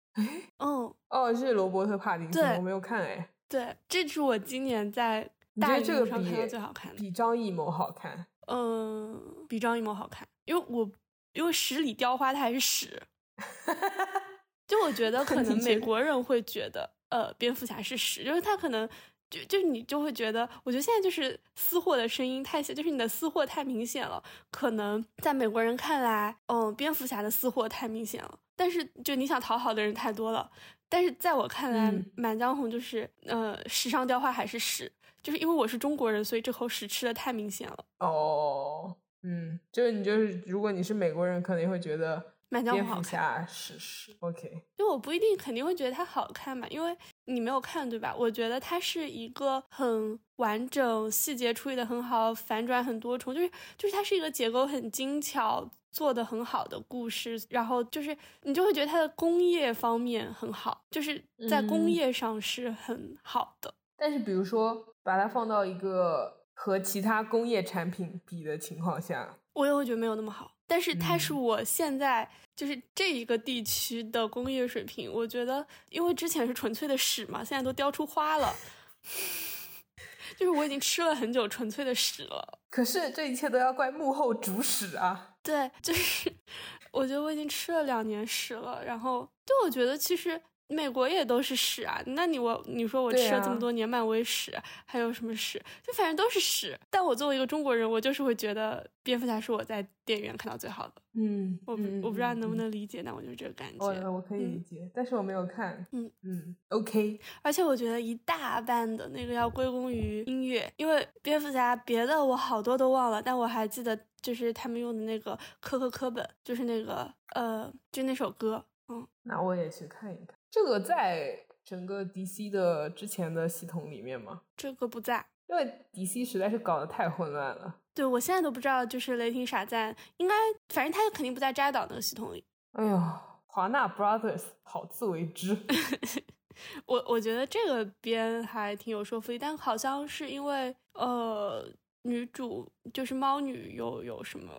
[SPEAKER 1] 嗯，
[SPEAKER 2] 哦，这是罗伯特·帕丁森，
[SPEAKER 1] 对
[SPEAKER 2] 我没有看哎，
[SPEAKER 1] 对，这是我今年在
[SPEAKER 2] 你觉
[SPEAKER 1] 大
[SPEAKER 2] 得
[SPEAKER 1] 荧
[SPEAKER 2] 这
[SPEAKER 1] 幕
[SPEAKER 2] 个
[SPEAKER 1] 上
[SPEAKER 2] 比
[SPEAKER 1] 看到最好看的。
[SPEAKER 2] 比张艺谋好看？
[SPEAKER 1] 嗯，比张艺谋好看，因为我因为十里雕花它还是 屎，就我觉得可
[SPEAKER 2] 你
[SPEAKER 1] 能
[SPEAKER 2] 觉
[SPEAKER 1] 美
[SPEAKER 2] 得
[SPEAKER 1] 国人会觉得呃蝙蝠侠是屎，就是他可能就就你就会觉得，我觉得现在就是私货的声音太显，就是你的私货太明显了，可能在美国人看来，嗯，蝙蝠侠的私货太明显了，但是就你想讨好的人太多了。但是在我看来，
[SPEAKER 2] 嗯
[SPEAKER 1] 满江红》就是，呃，时尚雕花还是屎，就是因为我是中国人，所以这口屎吃的太明显了。
[SPEAKER 2] 哦，嗯，就是你就是，如果你是美国人，可能会觉得
[SPEAKER 1] 满江
[SPEAKER 2] 蝙
[SPEAKER 1] 红好
[SPEAKER 2] 蝠
[SPEAKER 1] 看
[SPEAKER 2] 侠是是 OK，
[SPEAKER 1] 就我不一定肯定会觉得它好看嘛，因为你没有看对吧？我觉得它是一个很完整、细节处理的很好、反转很多重，就是就是它是一个结构很精巧、做的很好的故事。然后就是你就会觉得它的工业方面很好，就是在工
[SPEAKER 2] 嗯
[SPEAKER 1] 业上是很好的。
[SPEAKER 2] 但是比如说把它放到一个和其他工业产品比的情况下，
[SPEAKER 1] 我也会觉得没有那么好。但是它
[SPEAKER 2] 嗯
[SPEAKER 1] 是我现在就是这一个地区的工业水平，我觉得，因为之前是纯粹的屎嘛，现在都雕出花了， 就是我已经吃了很久纯粹的屎了。
[SPEAKER 2] 可是这一切都要怪幕后主使啊。
[SPEAKER 1] 对，就是 我觉得我已经吃了两年屎了。然后，就我觉得其实美国也都是屎啊。那你我你说我
[SPEAKER 2] 对
[SPEAKER 1] 吃了这
[SPEAKER 2] 啊
[SPEAKER 1] 么多年漫威屎，还有什么屎？就反正都是屎。但我作为一个中国人，我就是会觉得蝙蝠侠是我在电影院看到最好的。
[SPEAKER 2] 嗯，
[SPEAKER 1] 我不
[SPEAKER 2] 嗯
[SPEAKER 1] 我不知道能不。
[SPEAKER 2] 嗯嗯
[SPEAKER 1] 能理解，但我就是这个感
[SPEAKER 2] 我
[SPEAKER 1] 觉。
[SPEAKER 2] 我可以
[SPEAKER 1] 嗯
[SPEAKER 2] 理解，但是我没有看。
[SPEAKER 1] 嗯
[SPEAKER 2] 嗯，OK，
[SPEAKER 1] 而且我觉得一大半的那个要归功于音乐，因为蝙蝠侠别的我好多都忘了，但我还记得就是他们用的那个科科科本，就是那个呃，就那首歌，嗯，
[SPEAKER 2] 那我也去看一看。这个在整个 DC 的之前的系统里面吗？
[SPEAKER 1] 这个不在。
[SPEAKER 2] 因为 DC 实在是搞得太混乱了。
[SPEAKER 1] 对我现在都不知道，就是雷霆傻赞应该，反正他肯定不在扎导那个系统里。
[SPEAKER 2] 哎呦，华纳 Brothers 好自为之。
[SPEAKER 1] 我我觉得这个编还挺有说服力，但好像是因为呃，女主就是猫女有有什么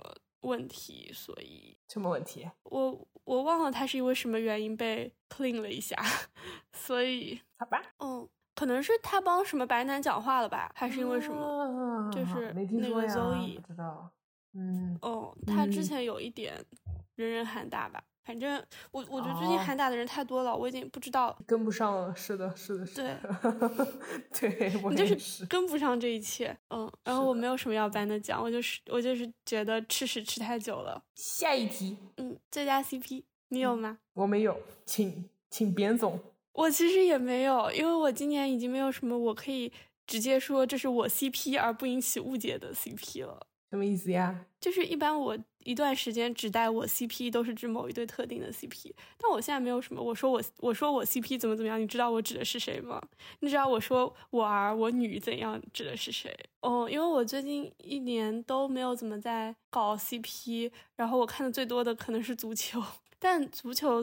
[SPEAKER 1] 问题，所以
[SPEAKER 2] 什么问题？
[SPEAKER 1] 我我忘了他是因为什么原因被 clean 了一下， 所以
[SPEAKER 2] 好吧，
[SPEAKER 1] 嗯，可能是他帮什么白男讲话了吧，还是因为什
[SPEAKER 2] 哦
[SPEAKER 1] 么？
[SPEAKER 2] 么
[SPEAKER 1] 就是
[SPEAKER 2] 啊没听
[SPEAKER 1] 那
[SPEAKER 2] 说
[SPEAKER 1] 个
[SPEAKER 2] 呀，
[SPEAKER 1] Zoe
[SPEAKER 2] 不知道。嗯，
[SPEAKER 1] 哦，他之
[SPEAKER 2] 嗯
[SPEAKER 1] 前有一点人人喊打吧，反正我我觉得最近
[SPEAKER 2] 哦
[SPEAKER 1] 喊打的人太多了，我已经不知道了，
[SPEAKER 2] 跟不上了，是的，是的，是的， 对，我
[SPEAKER 1] 你就
[SPEAKER 2] 也
[SPEAKER 1] 是跟不上这一切。嗯，然后
[SPEAKER 2] 是
[SPEAKER 1] 我
[SPEAKER 2] 的
[SPEAKER 1] 没有什么要颁的奖，我就是我就是觉得吃屎吃太久了。
[SPEAKER 2] 下一题，
[SPEAKER 1] 嗯，最佳 CP 你
[SPEAKER 2] 嗯
[SPEAKER 1] 有吗？
[SPEAKER 2] 我没有，请请边总。
[SPEAKER 1] 我其实也没有，因为我今年已经没有什么我可以直接说这是我 CP 而不引起误解的 CP 了。
[SPEAKER 2] 什么意思呀？
[SPEAKER 1] 就是一般我一段时间指代我 CP 都是指某一对特定的 CP，但我现在没有什么。我说我我说我 CP 怎么怎么样，你知道我指的是谁吗？你知道我说我儿我女怎样指的是谁？哦，因为我最近一年都没有怎么在搞 CP，然后我看的最多的可能是足球，但足球。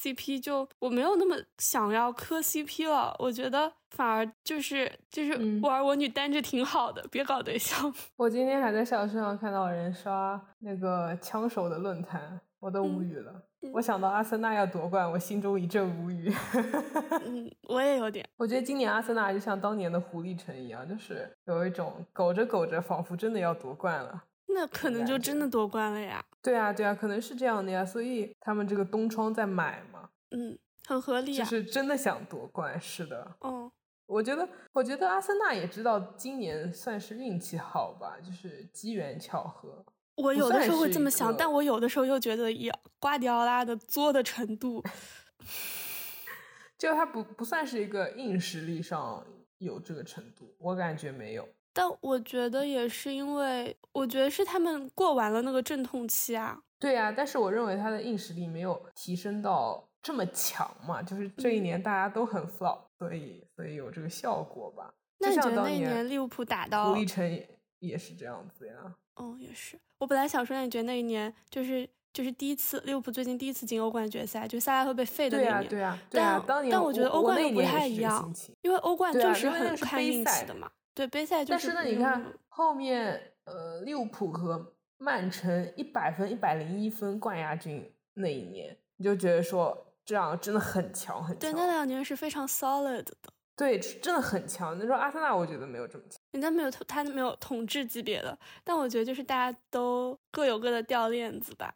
[SPEAKER 1] CP 就我没有那么想要磕 CP 了，我觉得反而就是就是我儿我女单着挺好的，嗯、别搞对象。
[SPEAKER 2] 我今天还在小视上看到人刷那个枪手的论坛，我都无语了。嗯、我想到阿森纳要夺冠，我心中一阵无语。
[SPEAKER 1] 嗯，我也有点。
[SPEAKER 2] 我觉得今年阿森纳就像当年的狐狸城一样，就是有一种苟着苟着，仿佛真的要夺冠了。
[SPEAKER 1] 那可能就真的夺冠了呀！
[SPEAKER 2] 对啊，对啊，可能是这样的呀，所以他们这个东窗在买嘛，
[SPEAKER 1] 嗯，很合理、
[SPEAKER 2] 啊，就是真的想夺冠，是的，
[SPEAKER 1] 嗯，
[SPEAKER 2] 我觉得，我觉得阿森纳也知道今年算是运气好吧，就是机缘巧合。
[SPEAKER 1] 我有的时候会这么想，但我有的时候又觉得，也瓜迪奥拉的作的程 度，
[SPEAKER 2] 就他不不算是一个硬实力上有这个程度，我感觉没有。
[SPEAKER 1] 但我觉得也是因为，我觉得是他们过完了那个阵痛期啊。
[SPEAKER 2] 对呀、啊，但是我认为他的硬实力没有提升到这么强嘛，就是这一
[SPEAKER 1] 嗯
[SPEAKER 2] 年大家都很 flop，、嗯、所以所以有这个效果吧。
[SPEAKER 1] 那你觉得那
[SPEAKER 2] 一
[SPEAKER 1] 年利物浦打到
[SPEAKER 2] 狐狸城也是这样子呀？
[SPEAKER 1] 哦，也是。我本来想说，那你觉得那一年就是就是第一次利物浦最近第一次进欧冠决赛，就萨拉赫被废的那
[SPEAKER 2] 年。对呀、啊，对呀、啊，对啊。当年
[SPEAKER 1] 但我觉得欧冠又不太一样，因为欧冠就是
[SPEAKER 2] 很，
[SPEAKER 1] 看运气的嘛。对杯赛、就是
[SPEAKER 2] 但是呢，你看、嗯、后面，呃，利物浦和曼城一百分、一百零一分冠亚军那一年，你就觉得说这样真的很强，很强。
[SPEAKER 1] 对，那两年是非常 solid 的。
[SPEAKER 2] 对，真的很强。那时候阿森纳，我觉得没有这么强，
[SPEAKER 1] 人家没有他没有统治级别的，但我觉得就是大家都各有各的掉链子吧。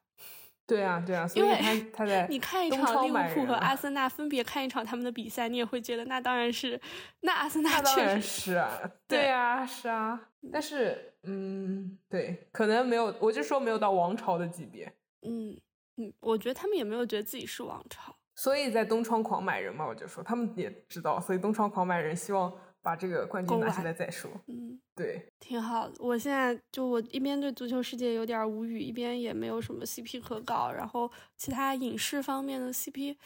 [SPEAKER 2] 对啊，对啊，所以他 他在
[SPEAKER 1] 你看一场利物浦和阿森纳分别看一场他们的比赛，你也会觉得那当然是那阿森纳
[SPEAKER 2] 当
[SPEAKER 1] 然
[SPEAKER 2] 是啊，对啊是啊，但是嗯对，可能没有，我就说没有到王朝的级别，
[SPEAKER 1] 嗯嗯，我觉得他们也没有觉得自己是王朝，
[SPEAKER 2] 所以在东窗狂买人嘛，我就说他们也知道，所以东窗狂买人希望。把这个冠军拿下来再说。
[SPEAKER 1] 嗯，
[SPEAKER 2] 对，
[SPEAKER 1] 挺好的。我现在就我一边对足球世界有点无语，一边也没有什么 CP 可搞。然后其他影视方面的 CP，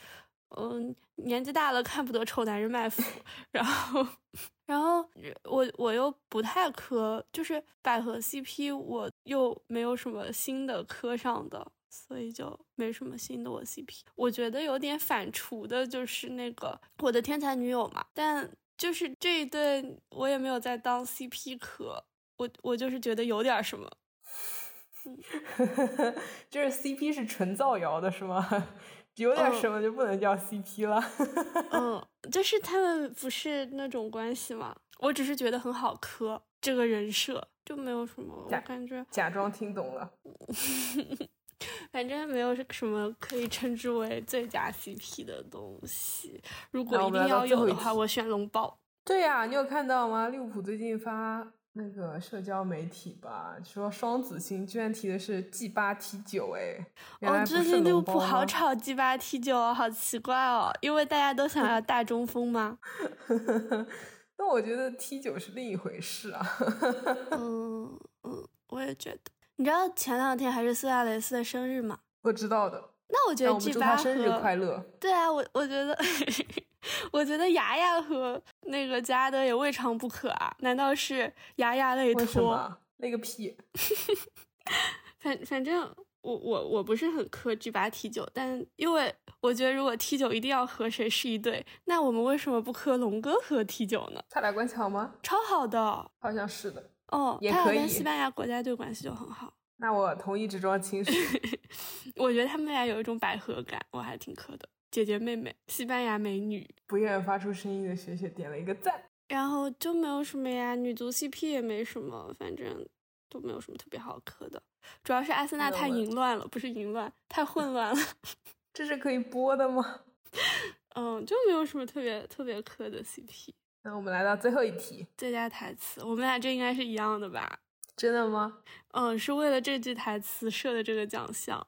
[SPEAKER 1] 嗯、呃，年纪大了看不得丑男人卖腐。然后， 然后我我又不太磕，就是百合 CP，我又没有什么新的磕上的。所以就没什么新的我 CP，我觉得有点反刍的，就是那个我的天才女友嘛，但。就是这一对，我也没有在当 CP 磕，我我就是觉得有点什么，
[SPEAKER 2] 嗯、就是 CP 是纯造谣的是吗？有点什么就不能叫 CP 了？
[SPEAKER 1] 嗯，就是他们不是那种关系嘛，我只是觉得很好磕这个人设，就没有什么，我感觉
[SPEAKER 2] 假装听懂了，
[SPEAKER 1] 反正没有什么可以称之为最佳 CP 的东西。如果一定要有的话，我选龙豹。
[SPEAKER 2] 对呀、啊，你有看到吗？利物浦最近发那个社交媒体吧，说双子星居然提的是 G 八 T 九哎。
[SPEAKER 1] 哦，最近利物浦好吵 G 八 T 九哦，好奇怪哦，因为大家都想要大中锋 吗？
[SPEAKER 2] 那我觉得 T 九是另一回事啊。
[SPEAKER 1] 嗯嗯，我也觉得。你知道前两天还是苏亚雷斯的生日吗？
[SPEAKER 2] 我知道的。
[SPEAKER 1] 那我觉得 G 八和
[SPEAKER 2] 生日快乐。
[SPEAKER 1] 对啊，我我觉得， 我觉得牙牙和那个加德也未尝不可啊。难道是牙牙类拖？
[SPEAKER 2] 那个屁！
[SPEAKER 1] 反反正我我我不是很磕 G 八 T 九，但因为我觉得如果 T 九一定要和谁是一对，那我们为什么不磕龙哥和 T 九呢？
[SPEAKER 2] 他俩关系好吗？
[SPEAKER 1] 超好的，
[SPEAKER 2] 好像是的。
[SPEAKER 1] 哦，
[SPEAKER 2] 也
[SPEAKER 1] 他俩跟西班牙国家队关系就很好。
[SPEAKER 2] 那我同意这桩亲事。
[SPEAKER 1] 我觉得他们俩有一种百合感，我还挺磕的。姐姐妹妹，西班牙美女，
[SPEAKER 2] 不愿发出声音的学姐点了一个赞。
[SPEAKER 1] 然后就没有什么呀，女足 CP 也没什么，反正都没有什么特别好磕的。主要是阿森纳太淫乱了，不是淫乱，太混乱了。
[SPEAKER 2] 这是可以播的吗？
[SPEAKER 1] 嗯，就没有什么特别特别磕的 CP。
[SPEAKER 2] 那我们来到最后一题，
[SPEAKER 1] 最佳台词，我们俩这应该是一样的吧？
[SPEAKER 2] 真的吗？
[SPEAKER 1] 嗯，是为了这句台词设的这个奖项。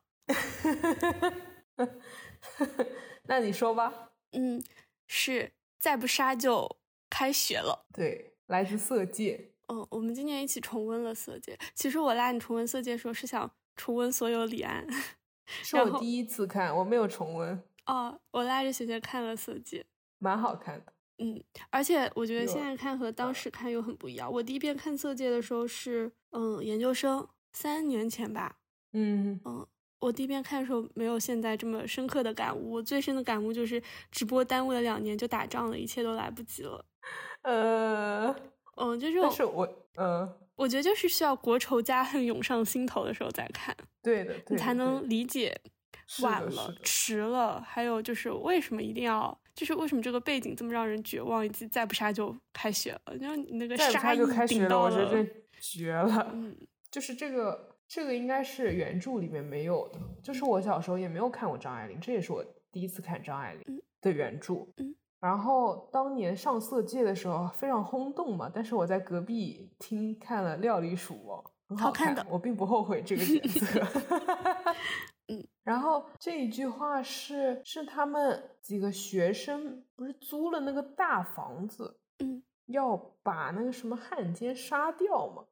[SPEAKER 2] 那你说吧。
[SPEAKER 1] 嗯，是再不杀就开学了。
[SPEAKER 2] 对，来自色戒。
[SPEAKER 1] 嗯，我们今年一起重温了色戒。其实我拉你重温色戒的时候是想重温所有李安。
[SPEAKER 2] 是我第一次看，我没有重温。
[SPEAKER 1] 哦，我拉着学学看了四季，
[SPEAKER 2] 蛮好看的。
[SPEAKER 1] 嗯，而且我觉得
[SPEAKER 2] 有
[SPEAKER 1] 现在看和当
[SPEAKER 2] 嗯
[SPEAKER 1] 时看又很不一样。我第一遍看《色戒》的时候是，嗯，研究生三年前吧。
[SPEAKER 2] 嗯，
[SPEAKER 1] 我第一遍看的时候没有现在这么深刻的感悟，我最深的感悟就是直播耽误了两年就打仗了，一切都来不及了。
[SPEAKER 2] 呃，
[SPEAKER 1] 嗯，就这
[SPEAKER 2] 但
[SPEAKER 1] 种，
[SPEAKER 2] 是我，呃，
[SPEAKER 1] 我觉得就是需要国仇家恨涌上心头的时候再看，
[SPEAKER 2] 对的，对
[SPEAKER 1] 你
[SPEAKER 2] 的
[SPEAKER 1] 才
[SPEAKER 2] 对
[SPEAKER 1] 能
[SPEAKER 2] 的
[SPEAKER 1] 理解
[SPEAKER 2] 是的
[SPEAKER 1] 晚
[SPEAKER 2] 是
[SPEAKER 1] 了
[SPEAKER 2] 的、
[SPEAKER 1] 迟了，还有就是为什么一定要，就是为什么这个背景这么让人绝望，以及再不杀就开学了，然后你那个
[SPEAKER 2] 再不
[SPEAKER 1] 杀
[SPEAKER 2] 他
[SPEAKER 1] 意
[SPEAKER 2] 就开学
[SPEAKER 1] 顶
[SPEAKER 2] 了，
[SPEAKER 1] 到
[SPEAKER 2] 我觉得这绝了。
[SPEAKER 1] 嗯
[SPEAKER 2] 就是这个，这个应该是原著里面没有的。就是我小时候也没有看过张爱玲，这也是我第一次看张爱
[SPEAKER 1] 嗯
[SPEAKER 2] 玲的原著。
[SPEAKER 1] 嗯
[SPEAKER 2] 然后当年上《色戒》的时候非常轰动嘛，但是我在隔壁厅看了《料理鼠王》，很
[SPEAKER 1] 好看
[SPEAKER 2] 看
[SPEAKER 1] 的
[SPEAKER 2] 我并不后悔这个角色。
[SPEAKER 1] 嗯，
[SPEAKER 2] 然后这一句话是是他们几个学生不是租了那个大房子，
[SPEAKER 1] 嗯，
[SPEAKER 2] 要把那个什么汉奸杀掉嘛？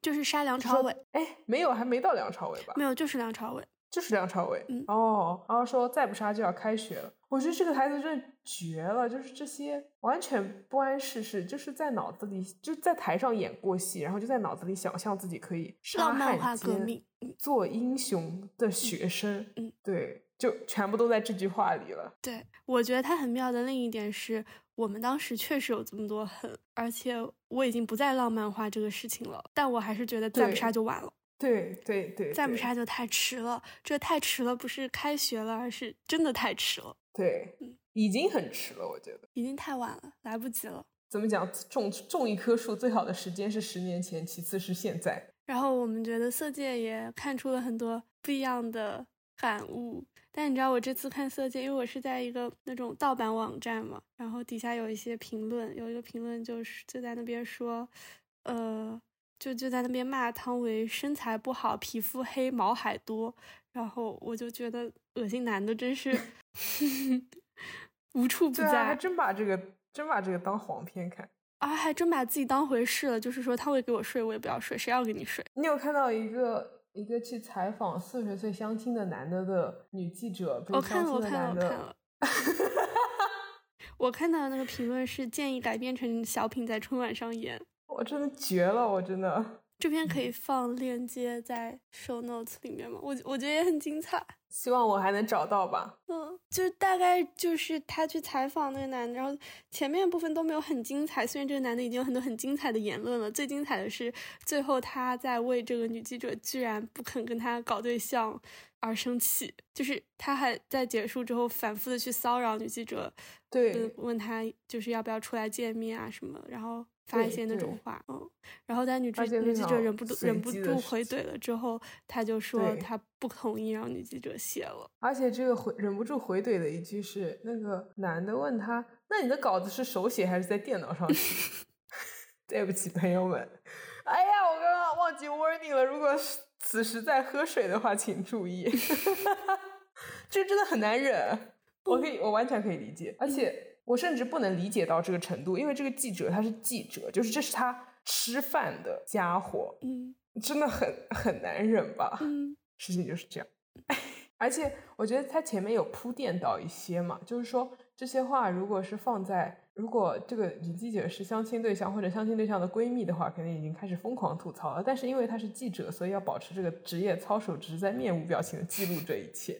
[SPEAKER 1] 就是杀梁
[SPEAKER 2] 就
[SPEAKER 1] 朝
[SPEAKER 2] 说
[SPEAKER 1] 伟，
[SPEAKER 2] 哎，没有，还没到梁朝伟吧？
[SPEAKER 1] 没有，就是梁朝伟，
[SPEAKER 2] 就是梁朝伟。
[SPEAKER 1] 嗯
[SPEAKER 2] 哦，然后说再不杀就要开学了。我觉得这个台词真的绝了，就是这些完全不谙世事，就是在脑子里就在台上演过戏，然后就在脑子里想象自己可以杀
[SPEAKER 1] 浪漫
[SPEAKER 2] 汉
[SPEAKER 1] 化革
[SPEAKER 2] 奸、
[SPEAKER 1] 命，嗯，
[SPEAKER 2] 做英雄的学生。
[SPEAKER 1] 嗯
[SPEAKER 2] 对，就全部都在这句话里了。
[SPEAKER 1] 对，我觉得它很妙的另一点是，我们当时确实有这么多恨，而且我已经不再浪漫化这个事情了，但我还是觉得再不
[SPEAKER 2] 对
[SPEAKER 1] 杀就晚了，
[SPEAKER 2] 对对对，
[SPEAKER 1] 再不
[SPEAKER 2] 对
[SPEAKER 1] 杀就太迟了。这太迟了，不是开学了，而是真的太迟了，
[SPEAKER 2] 对，
[SPEAKER 1] 嗯
[SPEAKER 2] 已经很迟了，我觉得。
[SPEAKER 1] 已经太晚了，来不及了。
[SPEAKER 2] 怎么讲？种种一棵树最好的时间是十年前，其次是现在。
[SPEAKER 1] 然后我们觉得《色戒》也看出了很多不一样的感悟。但你知道我这次看《色戒》，因为我是在一个那种盗版网站嘛，然后底下有一些评论，有一个评论就是就在那边说，呃，就就在那边骂汤唯身材不好、皮肤黑、毛海多，然后我就觉得恶心男的真 是无处不
[SPEAKER 2] 对啊，
[SPEAKER 1] 在
[SPEAKER 2] 还，真把这个真把这个当黄片看。
[SPEAKER 1] 啊，还真把自己当回事了，就是说汤唯给我睡，我也不要睡，谁要给你睡？
[SPEAKER 2] 你有看到一个一个去采访四十岁相亲的男的的女记者被
[SPEAKER 1] 我哦看
[SPEAKER 2] 相
[SPEAKER 1] 了，我
[SPEAKER 2] 亲的
[SPEAKER 1] 看了，
[SPEAKER 2] 男
[SPEAKER 1] 我看
[SPEAKER 2] 的，
[SPEAKER 1] 了。 我看到的那个评论是建议改编成小品在春晚上演。
[SPEAKER 2] 我真的绝了，我真的。
[SPEAKER 1] 这边可以放链接在 show notes 里面吗？我我觉得也很精彩。
[SPEAKER 2] 希望我还能找到吧。
[SPEAKER 1] 嗯，就是大概就是他去采访那个男的，然后前面部分都没有很精彩。虽然这个男的已经有很多很精彩的言论了，最精彩的是最后他在为这个女记者居然不肯跟他搞对象而生气，就是他还在结束之后反复的去骚扰女记者，
[SPEAKER 2] 对，
[SPEAKER 1] 嗯，问他就是要不要出来见面啊什么，然后发一
[SPEAKER 2] 对
[SPEAKER 1] 些那种
[SPEAKER 2] 对
[SPEAKER 1] 话，嗯，然后但女记
[SPEAKER 2] 而且
[SPEAKER 1] 女
[SPEAKER 2] 非
[SPEAKER 1] 记者
[SPEAKER 2] 常
[SPEAKER 1] 忍不住
[SPEAKER 2] 随
[SPEAKER 1] 忍不
[SPEAKER 2] 机的
[SPEAKER 1] 住
[SPEAKER 2] 事
[SPEAKER 1] 回
[SPEAKER 2] 情
[SPEAKER 1] 怼了之后，他就说
[SPEAKER 2] 对
[SPEAKER 1] 他不同意让女记者写了，
[SPEAKER 2] 而且这个回忍不住回怼的一句是，那个男的问他：“那你的稿子是手写还是在电脑上写？” 对不起，朋友们，哎呀，我刚刚忘记 warning 了。如果是此时在喝水的话，请注意。 这真的很难忍，我可以，我完全可以理解，而且我甚至不能理解到这个程度，因为这个记者他是记者，就是这是他吃饭的家伙，
[SPEAKER 1] 嗯
[SPEAKER 2] 真的很很难忍吧。
[SPEAKER 1] 嗯
[SPEAKER 2] 事情就是这样。 而且我觉得他前面有铺垫到一些嘛，就是说这些话如果是放在如果这个女记者是相亲对象或者相亲对象的闺蜜的话，肯定已经开始疯狂吐槽了。但是因为她是记者，所以要保持这个职业操守，只是在面无表情的记录这一切。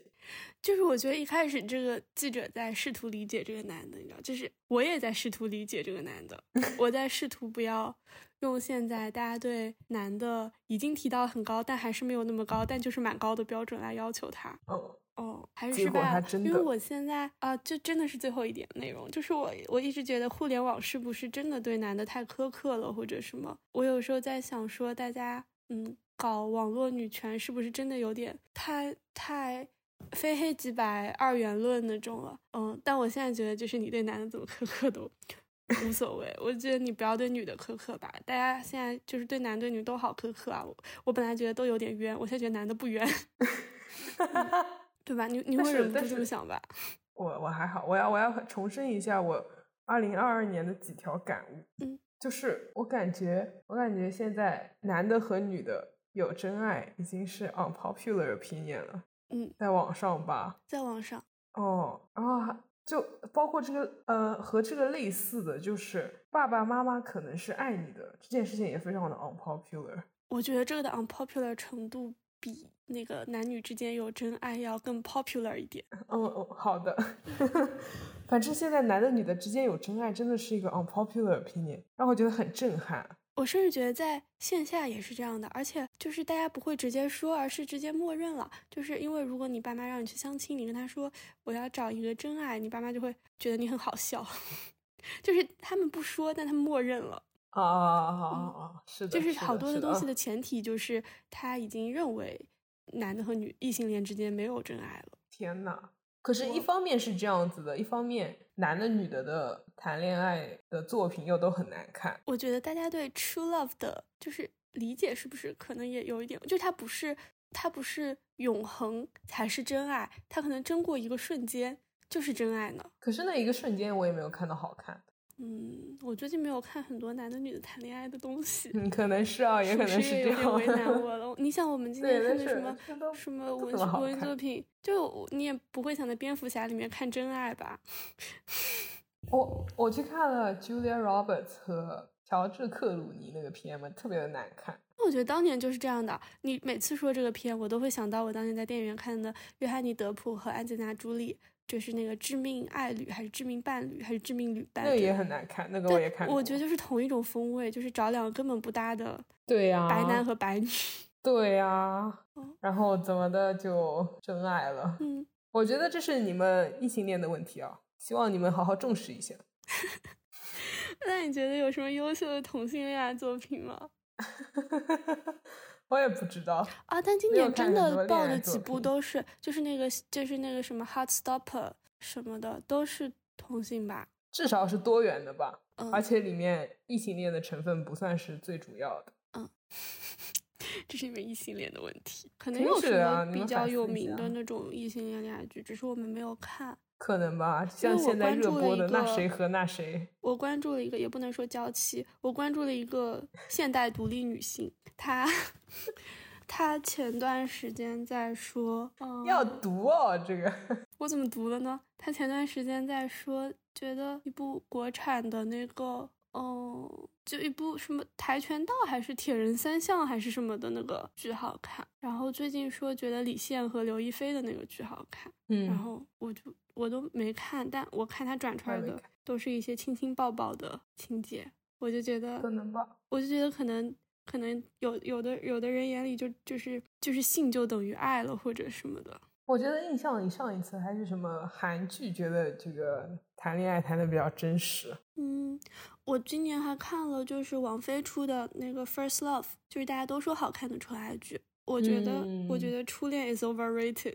[SPEAKER 1] 就是我觉得一开始这个记者在试图理解这个男的，你知道，就是我也在试图理解这个男 的，我在试图不要用现在大家对男的已经提到很高，但还是没有那么高，但就是蛮高的标准来要求他，
[SPEAKER 2] 嗯，
[SPEAKER 1] 哦，还是
[SPEAKER 2] 结
[SPEAKER 1] 失
[SPEAKER 2] 果
[SPEAKER 1] 败
[SPEAKER 2] 他
[SPEAKER 1] 了，
[SPEAKER 2] 真
[SPEAKER 1] 因为
[SPEAKER 2] 的
[SPEAKER 1] 我现在啊，这、真的是最后一点内容，就是我我一直觉得互联网是不是真的对男的太苛刻了，或者什么？我有时候在想说，大家嗯，搞网络女权是不是真的有点太太非黑即白、二元论那种了？嗯，但我现在觉得，就是你对男的怎么苛刻都无所谓，我觉得你不要对女的苛刻吧。大家现在就是对男对女都好苛刻啊，我我本来觉得都有点冤，我现在觉得男的不 冤。对吧？你你
[SPEAKER 2] 但
[SPEAKER 1] 会
[SPEAKER 2] 是
[SPEAKER 1] 忍不
[SPEAKER 2] 但
[SPEAKER 1] 住这么
[SPEAKER 2] 是
[SPEAKER 1] 想吧？
[SPEAKER 2] 我我还好，我要我要重申一下我二零二二年的几条感悟。
[SPEAKER 1] 嗯，
[SPEAKER 2] 就是我感觉我感觉现在男的和女的有真爱已经是 unpopular opinion 了，
[SPEAKER 1] 嗯，
[SPEAKER 2] 在网上吧，
[SPEAKER 1] 再往上，
[SPEAKER 2] 哦啊，就包括这个呃和这个类似的，就是爸爸妈妈可能是爱你的这件事情也非常的 unpopular。
[SPEAKER 1] 我觉得这个的 unpopular 程度比那个男女之间有真爱要更 popular 一点。
[SPEAKER 2] 嗯，哦好的。 反正现在男的女的之间有真爱，真的是一个 unpopular opinion，让我觉得很震撼。
[SPEAKER 1] 我甚至觉得在线下也是这样的，而且就是大家不会直接说，而是直接默认了。就是因为如果你爸妈让你去相亲，你跟他说我要找一个真爱，你爸妈就会觉得你很好笑。 就是他们不说，但他们默认了。
[SPEAKER 2] 啊啊啊啊！是
[SPEAKER 1] 嗯
[SPEAKER 2] 的，
[SPEAKER 1] 就是
[SPEAKER 2] 是
[SPEAKER 1] 好多
[SPEAKER 2] 的嗯
[SPEAKER 1] 的
[SPEAKER 2] 哦
[SPEAKER 1] 东西
[SPEAKER 2] 的
[SPEAKER 1] 的前提就是他已经认为男的和女异性恋之间没有真爱了。
[SPEAKER 2] 天呐，可是，一方面是这样子的，一方面男的女的的谈恋爱的作品又都很难看。
[SPEAKER 1] 我觉得大家对 true love 的，就是理解是不是可能也有一点，就它不是它不是永恒才是真爱，它可能争过一个瞬间就是真爱呢。
[SPEAKER 2] 可是那一个瞬间，我也没有看到好看。
[SPEAKER 1] 嗯，我最近没有看很多男的女的谈恋爱的东 西，
[SPEAKER 2] 嗯，可能是啊，也可能
[SPEAKER 1] 属实
[SPEAKER 2] 是
[SPEAKER 1] 也
[SPEAKER 2] 这
[SPEAKER 1] 有点为难
[SPEAKER 2] 样。
[SPEAKER 1] 我了。你想，我们今
[SPEAKER 2] 对，
[SPEAKER 1] 天看
[SPEAKER 2] 但
[SPEAKER 1] 的
[SPEAKER 2] 是
[SPEAKER 1] 什么
[SPEAKER 2] 这都
[SPEAKER 1] 什么
[SPEAKER 2] 不
[SPEAKER 1] 文
[SPEAKER 2] 怎么
[SPEAKER 1] 学
[SPEAKER 2] 好
[SPEAKER 1] 文艺作
[SPEAKER 2] 看
[SPEAKER 1] 品，就你也不会想在蝙蝠侠里面看真爱吧？
[SPEAKER 2] 我我去看了 Julia Roberts 和乔治克鲁尼那个片嘛，特别的难看。
[SPEAKER 1] 我觉得当年就是这样的。你每次说这个片，我都会想到我当年在电影院看的约翰尼·德普和安吉娜·朱莉，就是那个《致命爱侣》还是《致命伴侣》还是《致命旅伴
[SPEAKER 2] 那》个
[SPEAKER 1] 哎对。
[SPEAKER 2] 也很难看，那个我也看过。
[SPEAKER 1] 我觉得就是同一种风味，就是找两个根本不搭的
[SPEAKER 2] 对呀、
[SPEAKER 1] 白男和白女。
[SPEAKER 2] 对呀
[SPEAKER 1] 嗯，
[SPEAKER 2] 然后怎么的就真爱了？
[SPEAKER 1] 嗯，
[SPEAKER 2] 我觉得这是你们异性恋的问题啊，希望你们好好重视一下。
[SPEAKER 1] 那你觉得有什么优秀的同性恋爱作品吗？
[SPEAKER 2] 我也不知道，
[SPEAKER 1] 啊，但今
[SPEAKER 2] 没有
[SPEAKER 1] 年
[SPEAKER 2] 看
[SPEAKER 1] 真
[SPEAKER 2] 很多
[SPEAKER 1] 的
[SPEAKER 2] 恋
[SPEAKER 1] 爆
[SPEAKER 2] 爱
[SPEAKER 1] 的
[SPEAKER 2] 作
[SPEAKER 1] 几部
[SPEAKER 2] 品
[SPEAKER 1] 都是，就是那个就是那个什么《Heartstopper》什么的，都是同性吧？
[SPEAKER 2] 至少是多元的吧，
[SPEAKER 1] 嗯，
[SPEAKER 2] 而且里面异性恋的成分不算是最主要的。
[SPEAKER 1] 这是你们异性恋的问题，可能
[SPEAKER 2] 肯
[SPEAKER 1] 有
[SPEAKER 2] 定
[SPEAKER 1] 什
[SPEAKER 2] 是啊
[SPEAKER 1] 么
[SPEAKER 2] 你
[SPEAKER 1] 比
[SPEAKER 2] 们
[SPEAKER 1] 较
[SPEAKER 2] 反
[SPEAKER 1] 有
[SPEAKER 2] 思一
[SPEAKER 1] 名的
[SPEAKER 2] 下
[SPEAKER 1] 那种异性恋恋爱剧，只是我们没有看。
[SPEAKER 2] 可能吧，
[SPEAKER 1] 为
[SPEAKER 2] 像
[SPEAKER 1] 我
[SPEAKER 2] 现在
[SPEAKER 1] 关
[SPEAKER 2] 热
[SPEAKER 1] 注了
[SPEAKER 2] 播
[SPEAKER 1] 一
[SPEAKER 2] 的那
[SPEAKER 1] 个
[SPEAKER 2] 谁和那谁，
[SPEAKER 1] 我关注了一个，也不能说娇妻，我关注了一个现代独立女性，她 她前段时间在说，嗯，
[SPEAKER 2] 要读哦，这个
[SPEAKER 1] 我怎么读了呢？她前段时间在说，觉得一部国产的那个，嗯，就一部什么跆拳道还是铁人三项还是什么的那个剧好看，然后最近说觉得李现和刘亦菲的那个剧好看。然
[SPEAKER 2] 嗯，
[SPEAKER 1] 后我就我都没看，但我看他转出
[SPEAKER 2] 我也
[SPEAKER 1] 来
[SPEAKER 2] 没
[SPEAKER 1] 的
[SPEAKER 2] 看
[SPEAKER 1] 都是一些亲亲抱抱的情节，我就觉
[SPEAKER 2] 可
[SPEAKER 1] 得，
[SPEAKER 2] 能吧。
[SPEAKER 1] 我就觉得可能可能有有的有的人眼里就就是就是性就等于爱了或者什么的，
[SPEAKER 2] 我觉得印象里上一次还是什么韩剧，觉得这个谈恋爱谈的比较真实。
[SPEAKER 1] 嗯，我今年还看了就是王菲出的那个《First Love》，就是大家都说好看的纯爱剧。我觉得，我觉
[SPEAKER 2] 嗯
[SPEAKER 1] 得初恋 is overrated。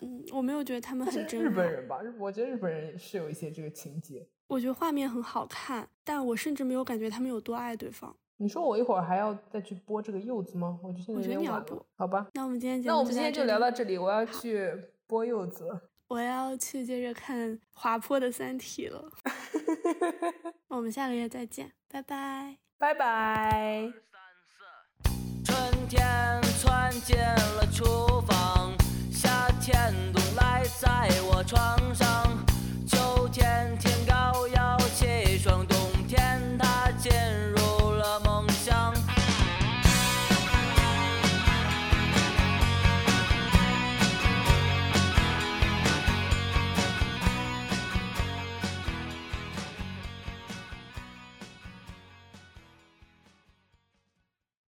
[SPEAKER 1] 嗯，我没有觉得他们
[SPEAKER 2] 但是
[SPEAKER 1] 很真爱。
[SPEAKER 2] 日本人吧，日我觉得日本人是有一些这个情节。
[SPEAKER 1] 我觉得画面很好看，但我甚至没有感觉他们有多爱对方。
[SPEAKER 2] 你说我一会儿还要再去剥这个柚子吗？我觉得现在
[SPEAKER 1] 我
[SPEAKER 2] 有
[SPEAKER 1] 觉得
[SPEAKER 2] 点
[SPEAKER 1] 你要
[SPEAKER 2] 晚了
[SPEAKER 1] 剥，
[SPEAKER 2] 好吧？
[SPEAKER 1] 那我们今天节目
[SPEAKER 2] 那我们今天就聊
[SPEAKER 1] 里
[SPEAKER 2] 到这里，我要去剥柚子了。
[SPEAKER 1] 我要去接着看滑坡的《三体》 了。我们下个月再见，拜拜。
[SPEAKER 2] 拜拜。
[SPEAKER 3] 春天窜进了厨房，夏天总赖在我床上，